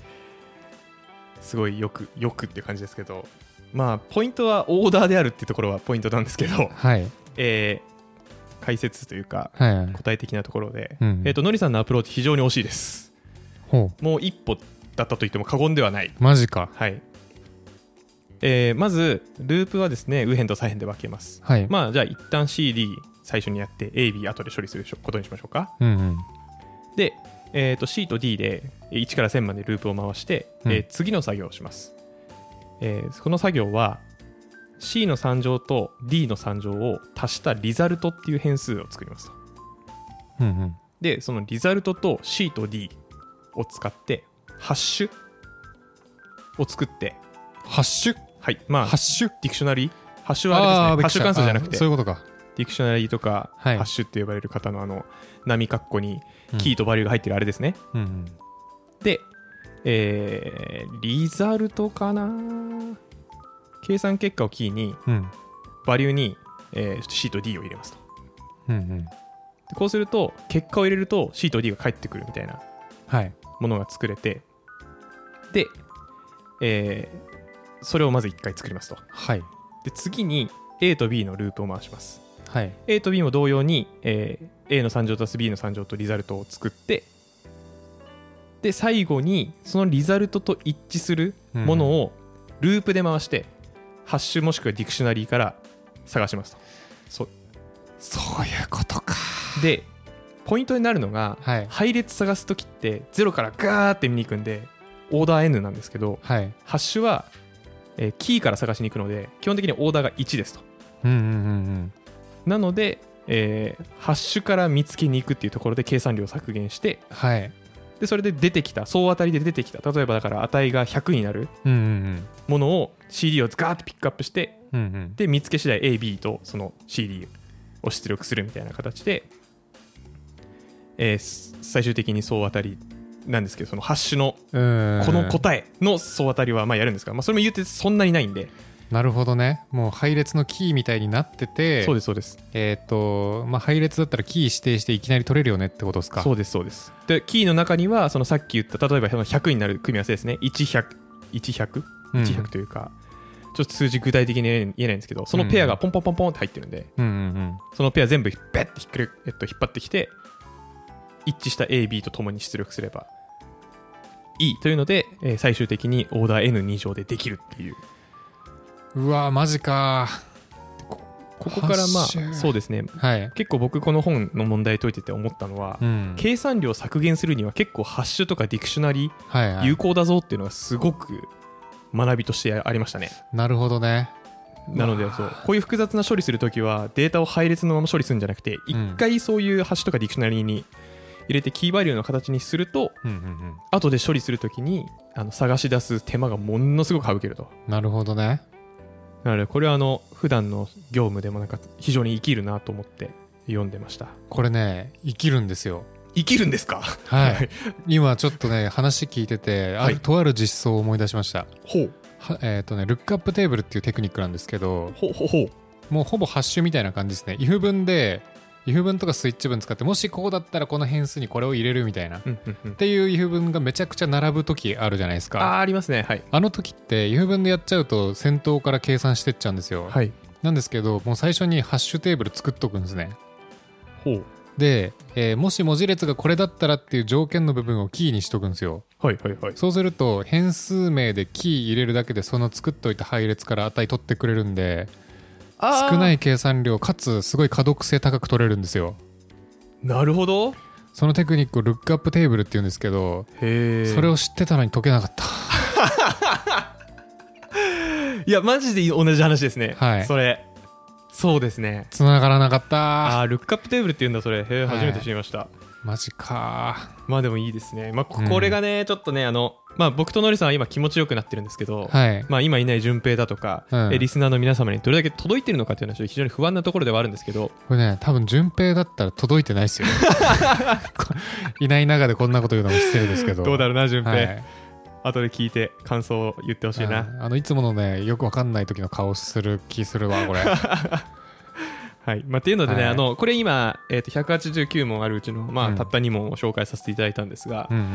Speaker 1: すごいよくよくって感じですけどまあポイントはオーダーであるっていうところはポイントなんですけ ど、
Speaker 2: はい
Speaker 1: えー解説というか
Speaker 2: はいはい
Speaker 1: 答え的なところで、
Speaker 2: うん
Speaker 1: えっ、とのりさんのアプローチ非常に惜しいです
Speaker 2: ほ
Speaker 1: もう一歩だったと言っても過言ではないう
Speaker 2: マジか
Speaker 1: はい、えーまずループはですね右辺と左辺で分けます
Speaker 2: はい、
Speaker 1: まあじゃあ一旦 CD 最初にやって AB 後で処理することにしましょうか
Speaker 2: うんうん
Speaker 1: で、えー、と C と D でえー1から1000までループを回して、
Speaker 2: うん
Speaker 1: えー次の作業をします、えーこの作業は C の3乗と D の3乗を足したリザルトっていう変数を作りますと
Speaker 2: うんうん
Speaker 1: でそのリザルトと C と D を使ってハッシュを作って
Speaker 2: ハッシュ
Speaker 1: はいまあ
Speaker 2: ハッシュ
Speaker 1: ディクショナリーハッシュはあれですねハッシュ関数じゃなくて
Speaker 2: そういうことか
Speaker 1: ディクショナリーとか、
Speaker 2: はい
Speaker 1: ハッシュって呼ばれる方のあの波括弧に
Speaker 2: うん
Speaker 1: キーとバリューが入ってるあれですね、
Speaker 2: うんうん
Speaker 1: で、えーリザルトかな計算結果をキーに
Speaker 2: うん
Speaker 1: バリューに、えー C と D を入れますと
Speaker 2: うんうん
Speaker 1: でこうすると結果を入れると C と D が返ってくるみたいな
Speaker 2: はい
Speaker 1: ものが作れてで、えーそれをまず1回作りますと
Speaker 2: はい
Speaker 1: で次に A と B のループを回します
Speaker 2: はい
Speaker 1: A と B も同様に、えー A の3乗足す B の3乗とリザルトを作ってで最後にそのリザルトと一致するものをループで回して、ハッシュもしくはディクショナリーから探しますとそう
Speaker 2: そういうことか
Speaker 1: でポイントになるのが、
Speaker 2: はい
Speaker 1: 配列探す時って0からガーって見に行くんでオーダー N なんですけど
Speaker 2: はい
Speaker 1: ハッシュは、えーキーから探しに行くので基本的にオーダーが1ですと
Speaker 2: うんうんうんうん
Speaker 1: なので、えーハッシュから見つけに行くっていうところで計算量を削減して
Speaker 2: はい
Speaker 1: でそれで出てきた総当たりで出てきた例えばだから値が100になる
Speaker 2: うんうん
Speaker 1: ものを CD をガーッとピックアップして
Speaker 2: うんうんうん
Speaker 1: で見つけ次第 AB とその CD を出力するみたいな形で、えーす最終的に総当たりなんですけどそのハッシュの
Speaker 2: うーん
Speaker 1: この答えの総当たりはまあやるんですが、まあ、それも言ってそんなにないんで、
Speaker 2: なるほどねもう配列のキーみたいになってて
Speaker 1: そうですそうです
Speaker 2: えっ、とまあ配列だったらキー指定していきなり取れるよねってことですか
Speaker 1: そうですそうですでキーの中にはそのさっき言った例えばその100になる組み合わせですね1100 100
Speaker 2: うん
Speaker 1: 100というか、ちょっと数字具体的に言えない言えないんですけどそのペアがポンポンポンポンって入ってるんで、
Speaker 2: うんうん
Speaker 1: そのペア全部ベッてひっくり、えっと、引っ張ってきて一致した AB とともに出力すればいいというので、えー最終的にオーダー N2 乗でできるっていう
Speaker 2: うんうわーマジか
Speaker 1: ここからま
Speaker 2: ハッシュ
Speaker 1: あそうですね
Speaker 2: ーはい
Speaker 1: 結構僕この本の問題解いてて思ったのは、
Speaker 2: うん
Speaker 1: 計算量を削減するには結構ハッシュとかディクショナリー
Speaker 2: はいはい
Speaker 1: 有効だぞっていうのがすごく学びとしてありましたね。
Speaker 2: なるほどね
Speaker 1: なので
Speaker 2: わあ
Speaker 1: そうこういう複雑な処理するときはデータを配列のまま処理するんじゃなくて一回そういうハッシュとかディクショナリーに入れてキーバリューの形にすると
Speaker 2: うんうんうん
Speaker 1: 後で処理するときにあの探し出す手間がものすごく省けると
Speaker 2: なるほどね
Speaker 1: なのでこれはあの普段の業務でもなんか非常に生きるなと思って読んでました
Speaker 2: これね生きるんですよ
Speaker 1: 生きるんですか
Speaker 2: は
Speaker 1: はい
Speaker 2: い今ちょっとね話聞いててあ
Speaker 1: は
Speaker 2: る、
Speaker 1: い
Speaker 2: とある実装を思い出しました
Speaker 1: ほう
Speaker 2: はえっ、とねルックアップテーブルっていうテクニックなんですけど
Speaker 1: ほうほうほう
Speaker 2: もうほぼハッシュみたいな感じですね if 文で if 文とかスイッチ文使ってもしこうだったらこの変数にこれを入れるみたいなっ
Speaker 1: うんうんうん
Speaker 2: ていう if 文がめちゃくちゃ並ぶ時あるじゃないです
Speaker 1: あ
Speaker 2: か
Speaker 1: ーありますねはい
Speaker 2: あの時って if 文でやっちゃうと先頭から計算してっちゃうんですよ、
Speaker 1: はい
Speaker 2: なんですけどもう最初にハッシュテーブル作っとくんですね
Speaker 1: ほう
Speaker 2: で、えーもし文字列がこれだったらっていう条件の部分をキーにしとくんですよ
Speaker 1: はいはいはい
Speaker 2: そうすると変数名でキー入れるだけでその作っといた配列から値取ってくれるんで少ないい計算量かつすごい可読性高く取れるんですよ
Speaker 1: なるほど
Speaker 2: そのテクニックをルックアップテーブルっていうんですけど、
Speaker 1: へえ
Speaker 2: それを知ってたのに解けなかった
Speaker 1: いやマジで同じ話ですね
Speaker 2: はい
Speaker 1: それそうですね
Speaker 2: 繋がらなかった
Speaker 1: ああールックアップテーブルって言うんだそれへえ
Speaker 2: はい
Speaker 1: 初めて知りました
Speaker 2: マジか
Speaker 1: まあでもいいですねまあこ
Speaker 2: うん
Speaker 1: これがねちょっとねあのまあ僕とノリさんは今気持ちよくなってるんですけど
Speaker 2: はい
Speaker 1: まあ今いない順平だとか
Speaker 2: うん
Speaker 1: えリスナーの皆様にどれだけ届いてるのかっていうのは非常に不安なところではあるんですけど
Speaker 2: これね多分順平だったら届いてな いですよこいない中でこんなこと言うのも失礼ですけど
Speaker 1: どうだろうな順
Speaker 2: はい
Speaker 1: 平後で聞いて感想を言ってほしいな
Speaker 2: うんあのいつものねよくわかんない時の顔する気するわこれ
Speaker 1: はいまあ、っていうのでね、
Speaker 2: はい
Speaker 1: あのこれ今、えー、と189問あるうちの、まあ
Speaker 2: うん
Speaker 1: たった2問を紹介させていただいたんですが、
Speaker 2: うんうんうん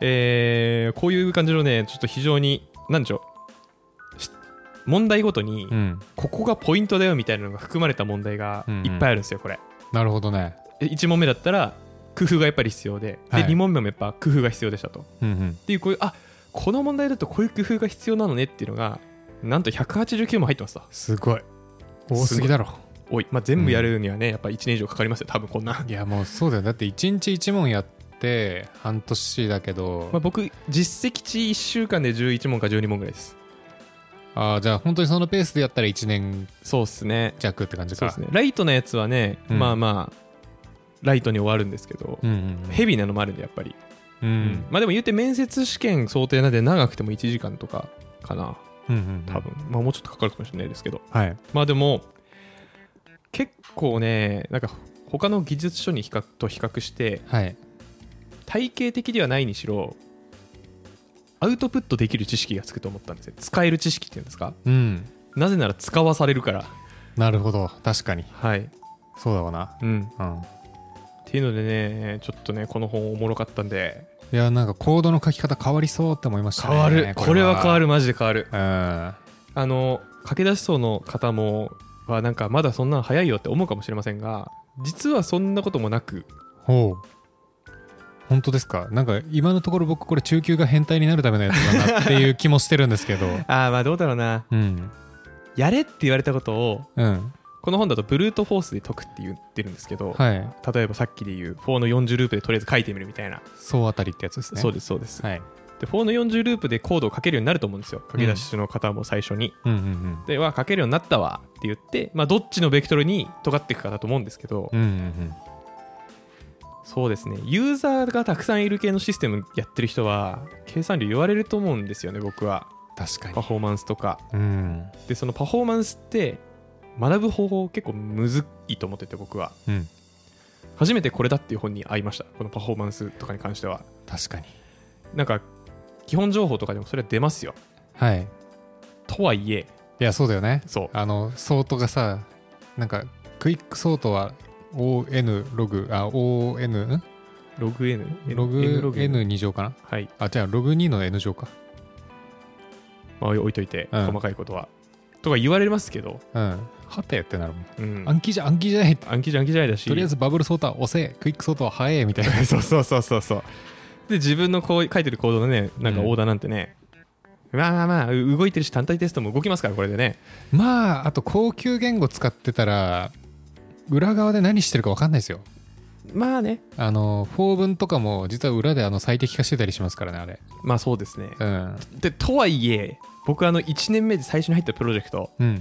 Speaker 1: えーこういう感じのねちょっと非常に何でしょうし問題ごとに、
Speaker 2: うん
Speaker 1: ここがポイントだよみたいなのが含まれた問題が
Speaker 2: うんうん
Speaker 1: いっぱいあるんですよ、これ
Speaker 2: なるほどね
Speaker 1: 1問目だったら工夫がやっぱり必要でで、
Speaker 2: はい
Speaker 1: 2問目もやっぱ工夫が必要でしたとっ
Speaker 2: うんうん
Speaker 1: ていうこういうあこの問題だとこういう工夫が必要なのねっていうのがなんと189も入ってますと
Speaker 2: すごい多すぎだろ
Speaker 1: おい、まあ、全部やるにはね、やっぱ1年以上かかりますよ多分こんな
Speaker 2: いやもうそうだよだって1日1問やって半年だけど、
Speaker 1: まあ、僕実績値1週間で11問か12問ぐらいです
Speaker 2: ああじゃあ本当にそのペースでやったら1年
Speaker 1: そうっすね
Speaker 2: 弱って感じ
Speaker 1: そ
Speaker 2: か
Speaker 1: うっすねライトなやつはね、
Speaker 2: うん
Speaker 1: まあまあライトに終わるんですけど、
Speaker 2: うん
Speaker 1: ヘビーなのもあるんでやっぱり、
Speaker 2: うんうんうん
Speaker 1: まあでも言って面接試験想定なんで長くても1時間とかかな
Speaker 2: うんうん
Speaker 1: 多分、まあもうちょっとかかるかもしれないですけど
Speaker 2: はい
Speaker 1: まあでも結構ねなんか他の技術書に比較と比較して
Speaker 2: はい
Speaker 1: 体系的ではないにしろアウトプットできる知識がつくと思ったんですよ使える知識っていうんですか
Speaker 2: うん
Speaker 1: なぜなら使わされるから
Speaker 2: なるほど確かに
Speaker 1: はい
Speaker 2: そうだわな
Speaker 1: うん
Speaker 2: うん
Speaker 1: っていうのでねちょっとねこの本おもろかったんで
Speaker 2: いやなんかコードの書き方変わりそうって思いましたね
Speaker 1: 変わる、これは変わ
Speaker 2: る
Speaker 1: るマジで変わる
Speaker 2: うん
Speaker 1: あの駆け出し層の方もはなんかまだそんなん早いよって思うかもしれませんが実はそんなこともなく
Speaker 2: ほう本当ですかなんか今のところ僕これ中級が変態になるためのやつだなっていう気もしてるんです けど
Speaker 1: ああまあどうだろうな
Speaker 2: うん
Speaker 1: やれって言われたことを
Speaker 2: うん
Speaker 1: この本だとブルートフォースで解くって言ってるんですけど、
Speaker 2: はい
Speaker 1: 例えばさっきで言う4の40ループでとりあえず書いてみるみたいな、
Speaker 2: 総当たりってやつですね
Speaker 1: そう
Speaker 2: で
Speaker 1: ですそうです、
Speaker 2: はい
Speaker 1: で4の40ループでコードを書けるようになると思うんですよ駆け出しの方も最初に、
Speaker 2: うんうん
Speaker 1: では書けるようになったわって言って、まあ、どっちのベクトルに尖っていくかだと思うんですけど、
Speaker 2: うんうんうん
Speaker 1: そうですねユーザーがたくさんいる系のシステムやってる人は計算量言われると思うんですよね僕は
Speaker 2: 確かに
Speaker 1: パフォーマンスとか
Speaker 2: うん
Speaker 1: でそのパフォーマンスって学ぶ方法結構むずいと思ってて僕は
Speaker 2: うん
Speaker 1: 初めてこれだっていう本に合いましたこのパフォーマンスとかに関しては
Speaker 2: 確かに
Speaker 1: なんか基本情報とかでもそれは出ますよ
Speaker 2: はい
Speaker 1: とはいえ
Speaker 2: いやそうだよね
Speaker 1: そう
Speaker 2: あのソートがさなんかクイックソートは ON ログあ ON ん
Speaker 1: ログ N
Speaker 2: ログ
Speaker 1: N ログ N
Speaker 2: N2 乗かな
Speaker 1: はい、
Speaker 2: あじゃあログ2の N 乗か
Speaker 1: まあ、置いといて、
Speaker 2: うん
Speaker 1: 細かいことはとか言われますけど、
Speaker 2: うんはてってなるもん
Speaker 1: うん、
Speaker 2: 暗記じゃ暗記じゃない
Speaker 1: 暗記じゃ暗記じゃないだし
Speaker 2: とりあえずバブルソーター押せクイックソーターは早えみたいな
Speaker 1: そうそうそうそうそうで自分のこう書いてるコードのねなんか
Speaker 2: うん
Speaker 1: オーダーなんてね、まあまあまあう動いてるし単体テストも動きますからこれでね
Speaker 2: まああと高級言語使ってたら裏側で何してるか分かんないですよ
Speaker 1: まあね
Speaker 2: あの4文とかも実は裏であの最適化してたりしますからねあれ
Speaker 1: まあそうですね
Speaker 2: うん
Speaker 1: でとはいえ僕あの1年目で最初に入ったプロジェクト
Speaker 2: うん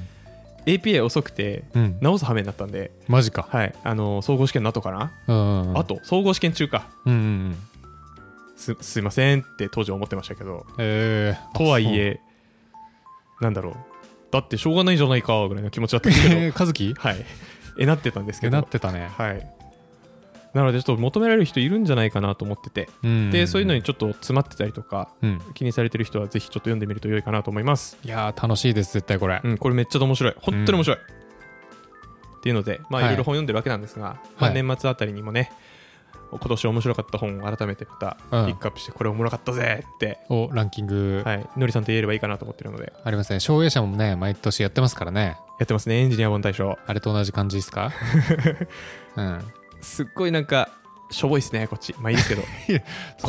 Speaker 1: API 遅くて
Speaker 2: うん
Speaker 1: 直す羽目になったんで、
Speaker 2: マジか
Speaker 1: はい、あの総合試験の後かな、
Speaker 2: うんうん
Speaker 1: あと総合試験中か
Speaker 2: うんうんうん
Speaker 1: すすいませんって当時思ってましたけど
Speaker 2: えー
Speaker 1: とはいえなんだろうだってしょうがないじゃないかぐらいの気持ちだったんですけど
Speaker 2: え和樹
Speaker 1: はいえなってたんですけ
Speaker 2: え
Speaker 1: ど
Speaker 2: なってたね
Speaker 1: はいなのでちょっと求められる人いるんじゃないかなと思っててでそういうのにちょっと詰まってたりとか
Speaker 2: うん
Speaker 1: 気にされてる人はぜひちょっと読んでみると良いかなと思います
Speaker 2: いやー楽しいです絶対これ
Speaker 1: うんこれめっちゃ面白い本当に面白い、っていうのでまあ
Speaker 2: はい
Speaker 1: いろいろ本読んでるわけなんですが、ま
Speaker 2: は
Speaker 1: あ、
Speaker 2: い
Speaker 1: 年末あたりにもね今年面白かった本を改めてまたピ
Speaker 2: うん
Speaker 1: ックアップしてこれおもろかったぜって、
Speaker 2: をランキング
Speaker 1: はい、のりさんと言えればいいかなと思ってるので
Speaker 2: ありますね奨励者もね毎年やってますからね
Speaker 1: やってますねエンジニア本大賞
Speaker 2: あれと同じ感じで すかうん
Speaker 1: すっごいなんかしょぼいですねこっちまあいい ですけど
Speaker 2: そう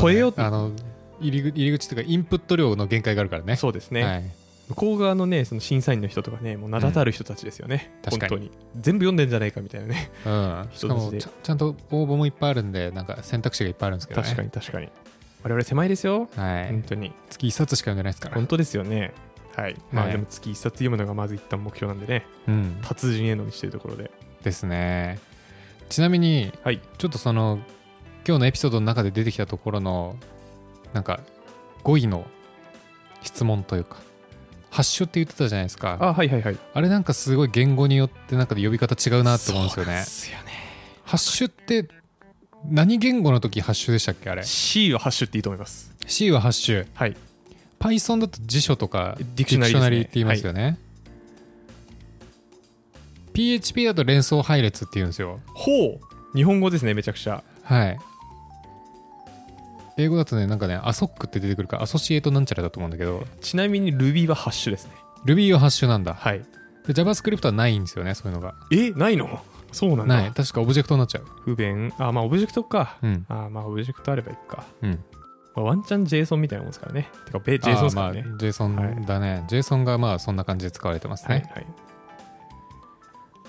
Speaker 1: 超
Speaker 2: ね
Speaker 1: えようと
Speaker 2: あの入り口入り口というかインプット量の限界があるからね
Speaker 1: そうです
Speaker 2: う
Speaker 1: ね、
Speaker 2: はい、
Speaker 1: 向こう側のねその審査員の人とかねもう名だたる人たちですよね、
Speaker 2: うん確か
Speaker 1: 本
Speaker 2: に
Speaker 1: 当に全部読んでんじゃないかみたいなね
Speaker 2: うん、しかも
Speaker 1: 人たちで
Speaker 2: ちゃちゃんと応募もいっぱいあるんでなんか選択肢がいっぱいあるんですけど、ね、
Speaker 1: 確かに確かに我々狭いですよ、
Speaker 2: はい、
Speaker 1: 本当に
Speaker 2: 月1冊しか読んでないですから
Speaker 1: 本当ですよねはい、まあ
Speaker 2: はい
Speaker 1: でも月一冊読むのがまず一旦目標なんでね
Speaker 2: うん
Speaker 1: 達人への道というところで
Speaker 2: ですねちなみに
Speaker 1: はい
Speaker 2: ちょっとその今日のエピソードの中で出てきたところのなんか5位の質問というか発症って言ってたじゃないですかあ
Speaker 1: あはいはいはい
Speaker 2: れなんかすごい言語によってなんか呼び方違うなって思うんです
Speaker 1: そう
Speaker 2: よね
Speaker 1: なんですよね
Speaker 2: ハッシュって何言語の時ハッシュでしたっけあれ
Speaker 1: C はハッシュっていいと思います
Speaker 2: C はハッシュ
Speaker 1: はい
Speaker 2: Python だと辞書とか
Speaker 1: ディクショナリーですね
Speaker 2: って言いますよね、PHP だと連想配列って言うんですよ
Speaker 1: ほう日本語ですねめちゃくちゃ
Speaker 2: はい英語だとねなんかねアソックって出てくるからアソシエイトなんちゃらだと思うんだけど
Speaker 1: ちなみに Ruby はハッシュですね
Speaker 2: Ruby はハッシュなんだ
Speaker 1: はい
Speaker 2: で JavaScript はないんですよねそういうのが
Speaker 1: えないのそうなんだ
Speaker 2: ない確かオブジェクトになっちゃう
Speaker 1: 不便あまあオブジェクトか
Speaker 2: うん
Speaker 1: あまあオブジェクトあればいいか、
Speaker 2: うん
Speaker 1: まあ、ワンチャン JSON みたいなもんですからねてかべ JSON ですからね
Speaker 2: あーまあ JSON だね、JSON がまあそんな感じで使われてます
Speaker 1: はい
Speaker 2: ね、
Speaker 1: はい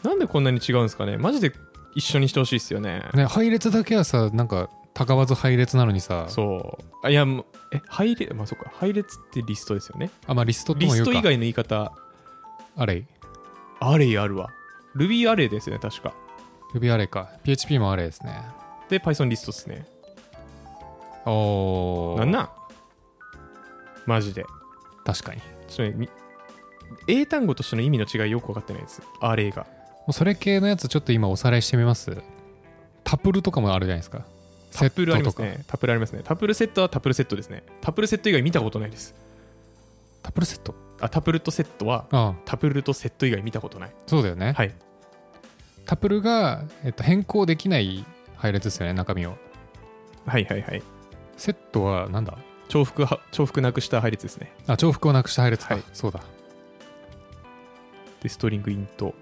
Speaker 1: なんでこんなに違うんですかねマジで一緒にしてほしいですよね
Speaker 2: ね配列だけはさなんかたがわず配列なのにさ
Speaker 1: そうあいやもうえ配列まあそっか配列ってリストですよね
Speaker 2: あまあリストと
Speaker 1: リ
Speaker 2: も
Speaker 1: ス
Speaker 2: 言うか
Speaker 1: ト以外の言い方
Speaker 2: アレイ
Speaker 1: アレイあるわ Ruby アレイですよね確か
Speaker 2: Ruby アレイか PHP もアレイですね
Speaker 1: で Python リストですね
Speaker 2: お
Speaker 1: なんなんマジで
Speaker 2: 確かに
Speaker 1: ちょっとねみ英単語としての意味の違いよく分かってないですアレイが
Speaker 2: もうそれ系のやつちょっと今おさらいしてみますタプルとかもあるじゃないですかセ
Speaker 1: タ
Speaker 2: ッ
Speaker 1: プルあ
Speaker 2: ト
Speaker 1: りま
Speaker 2: と
Speaker 1: す
Speaker 2: か、
Speaker 1: ね。タプルありますね。タプルセットはタプルセットですね。タプルセット以外見たことないです。
Speaker 2: タプルセット
Speaker 1: あ、タプルとセットは
Speaker 2: ああ
Speaker 1: タプルとセット以外見たことない。
Speaker 2: そうだよね、
Speaker 1: はい。
Speaker 2: タプルが、えっと、変更できない配列ですよね中身を
Speaker 1: はいはいはい。
Speaker 2: セットはなんだ
Speaker 1: 重複は、重複なくした配列ですね。
Speaker 2: あ重複をなくした配列か、
Speaker 1: はい
Speaker 2: そうだ
Speaker 1: で、ストリングイント。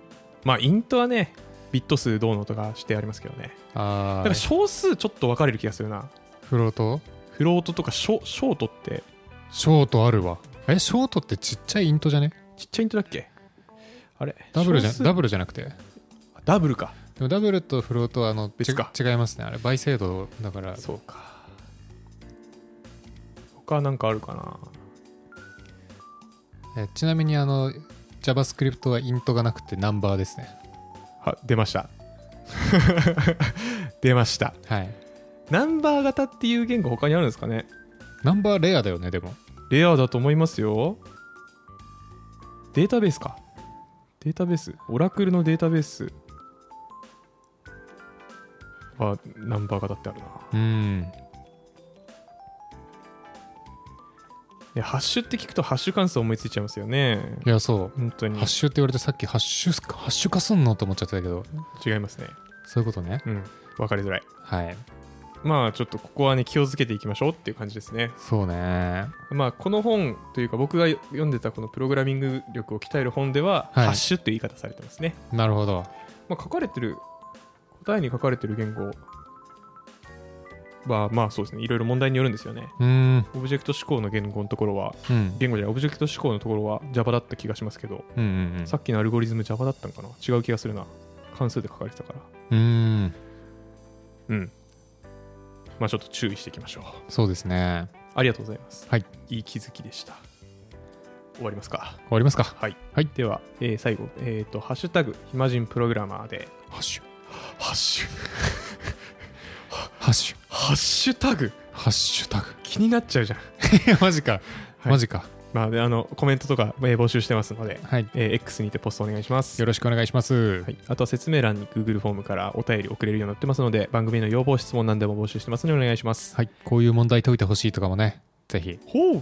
Speaker 1: まあ、イントはね、ビット数どうのとかしてありますけどね。
Speaker 2: あ
Speaker 1: だ
Speaker 2: ー
Speaker 1: から小数ちょっと分かれる気がするな。
Speaker 2: フロート
Speaker 1: フロートとかショショートって、
Speaker 2: ショートあるわえショートってちっちゃいイントじゃね
Speaker 1: ちっちゃいイントだっけあれ
Speaker 2: ダブルじゃ
Speaker 1: 小数
Speaker 2: ダブルじゃなくて
Speaker 1: ダブルか。
Speaker 2: でもダブルとフロートはあの
Speaker 1: 別か
Speaker 2: ち違いますねあれ倍精度だから
Speaker 1: そうか。他なんかあるかな
Speaker 2: えちなみにあの JavaScript はイントがなくてナンバーですね
Speaker 1: は出ました 出ました
Speaker 2: はい
Speaker 1: ナンバー型っていう言語他にあるんですかね
Speaker 2: ナンバーレアだよねでも
Speaker 1: レアだと思いますよデータベースかデータベースオラクルのデータベースあナンバー型ってあるな
Speaker 2: うん
Speaker 1: でハッシュって聞くとハッシュ関数思いついちゃいますよね
Speaker 2: いやそ
Speaker 1: 本当
Speaker 2: う
Speaker 1: に
Speaker 2: ハッシュって言われてさっきハッシュハッシュ化すんのと思っちゃってたけど
Speaker 1: 違いますね
Speaker 2: そういうことね
Speaker 1: うん分かりづらい
Speaker 2: はい
Speaker 1: まあちょっとここはね気をつけていきましょうっていう感じですね
Speaker 2: そうね
Speaker 1: まあ、この本というか僕が読んでたこのプログラミング力を鍛える本では、
Speaker 2: はい
Speaker 1: ハッシュっていう言い方されてますね、
Speaker 2: なるほど
Speaker 1: まあ、書かれてる答えに書かれてる言語はまあそうですねいろいろ問題によるんですよね
Speaker 2: うーん
Speaker 1: オブジェクト指向の言語のところは
Speaker 2: うん
Speaker 1: 言語じゃないオブジェクト指向のところは Java だった気がしますけど
Speaker 2: うんうん
Speaker 1: さっきのアルゴリズム Java だったんかな違う気がするな関数で書かれてたから
Speaker 2: うんうーん
Speaker 1: うんまあちょっと注意していきましょう
Speaker 2: そうですね
Speaker 1: ありがとうございます、
Speaker 2: はい、
Speaker 1: いい気づきでした終わりますか。
Speaker 2: 終わりますか。
Speaker 1: はい。
Speaker 2: はい
Speaker 1: では、えー最後、えっ、と、ハッシュタグ、暇人プログラマーで、
Speaker 2: ハッシュ、
Speaker 1: ハッシュ、
Speaker 2: ハッシュ、
Speaker 1: ハッシュタグ、
Speaker 2: ハッシュタグ。
Speaker 1: 気になっちゃうじゃん。
Speaker 2: い やマジか、
Speaker 1: はい
Speaker 2: マジか。
Speaker 1: まあ、であの、コメントとか、えー募集してますので、
Speaker 2: はい。
Speaker 1: えー X にてポストお願いします。
Speaker 2: よろしくお願いします。
Speaker 1: はい、あとは説明欄に Google フォームからお便り送れるようになってますので番組の要望質問なんでも募集してますのでお願いします。
Speaker 2: はい、こういう問題解いてほしいとかもね、ぜひ、
Speaker 1: ほう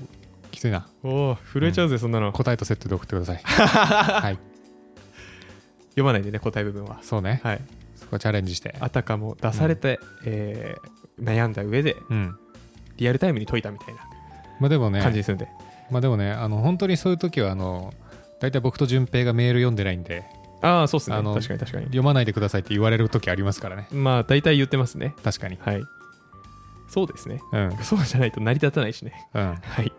Speaker 2: きついな。
Speaker 1: おー震えちゃうぜそんなの、
Speaker 2: 答えとセットで送ってください。はい、
Speaker 1: 読まないでね答え部分は。
Speaker 2: そうね。
Speaker 1: はい、
Speaker 2: そこチャレンジして。
Speaker 1: あたかも出されて、えー悩んだ上で
Speaker 2: うん。
Speaker 1: リアルタイムに解いたみたいな
Speaker 2: まあでもね、
Speaker 1: 感じにするんで、
Speaker 2: まあでもね、あの本当にそういう時はあの大体僕と順平がメール読んでないんで、
Speaker 1: ああそうっすね
Speaker 2: あの
Speaker 1: 確かに確かに
Speaker 2: 読まないでくださいって言われる時ありますからね。
Speaker 1: まあ大体言ってますね
Speaker 2: 確かに。
Speaker 1: はいそうですね
Speaker 2: うん、うん。
Speaker 1: そうじゃないと成り立たないしね
Speaker 2: は
Speaker 1: はい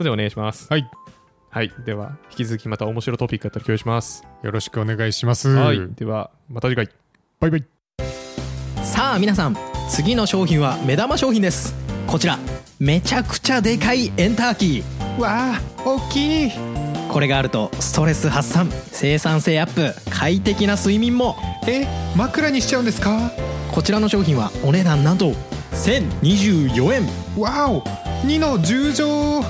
Speaker 1: ではお願いします
Speaker 2: い、
Speaker 1: はいでは引き続きまた面白いトピックあったら共有します、
Speaker 2: よろしくお願いします。
Speaker 1: はいではまた次回
Speaker 2: バイバイ。
Speaker 3: さあ皆さん次の商品は目玉商品ですこちらめちゃくちゃでかいエンターキー
Speaker 2: わあ、大きい。
Speaker 3: これがあるとストレス発散生産性アップ快適な睡眠も
Speaker 2: え、枕にしちゃうんですか。
Speaker 3: こちらの商品はお値段なんと1024円
Speaker 2: わお、二の十乗。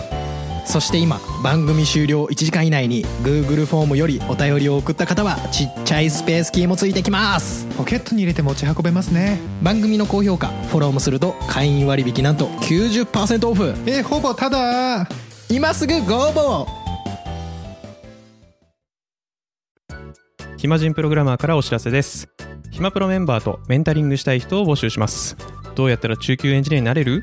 Speaker 3: そして今番組終了1時間以内に Google フォームよりお便りを送った方はちっちゃいスペースキーもついてきます
Speaker 2: ポケットに入れて持ち運べますね。
Speaker 3: 番組の高評価フォローもすると会員割引なんと90%オフ
Speaker 2: え、ほぼただ。
Speaker 3: 今すぐご応募
Speaker 1: 暇人プログラマーからお知らせです暇プロメンバーとメンタリングしたい人を募集しますどうやったら中級エンジニアになれる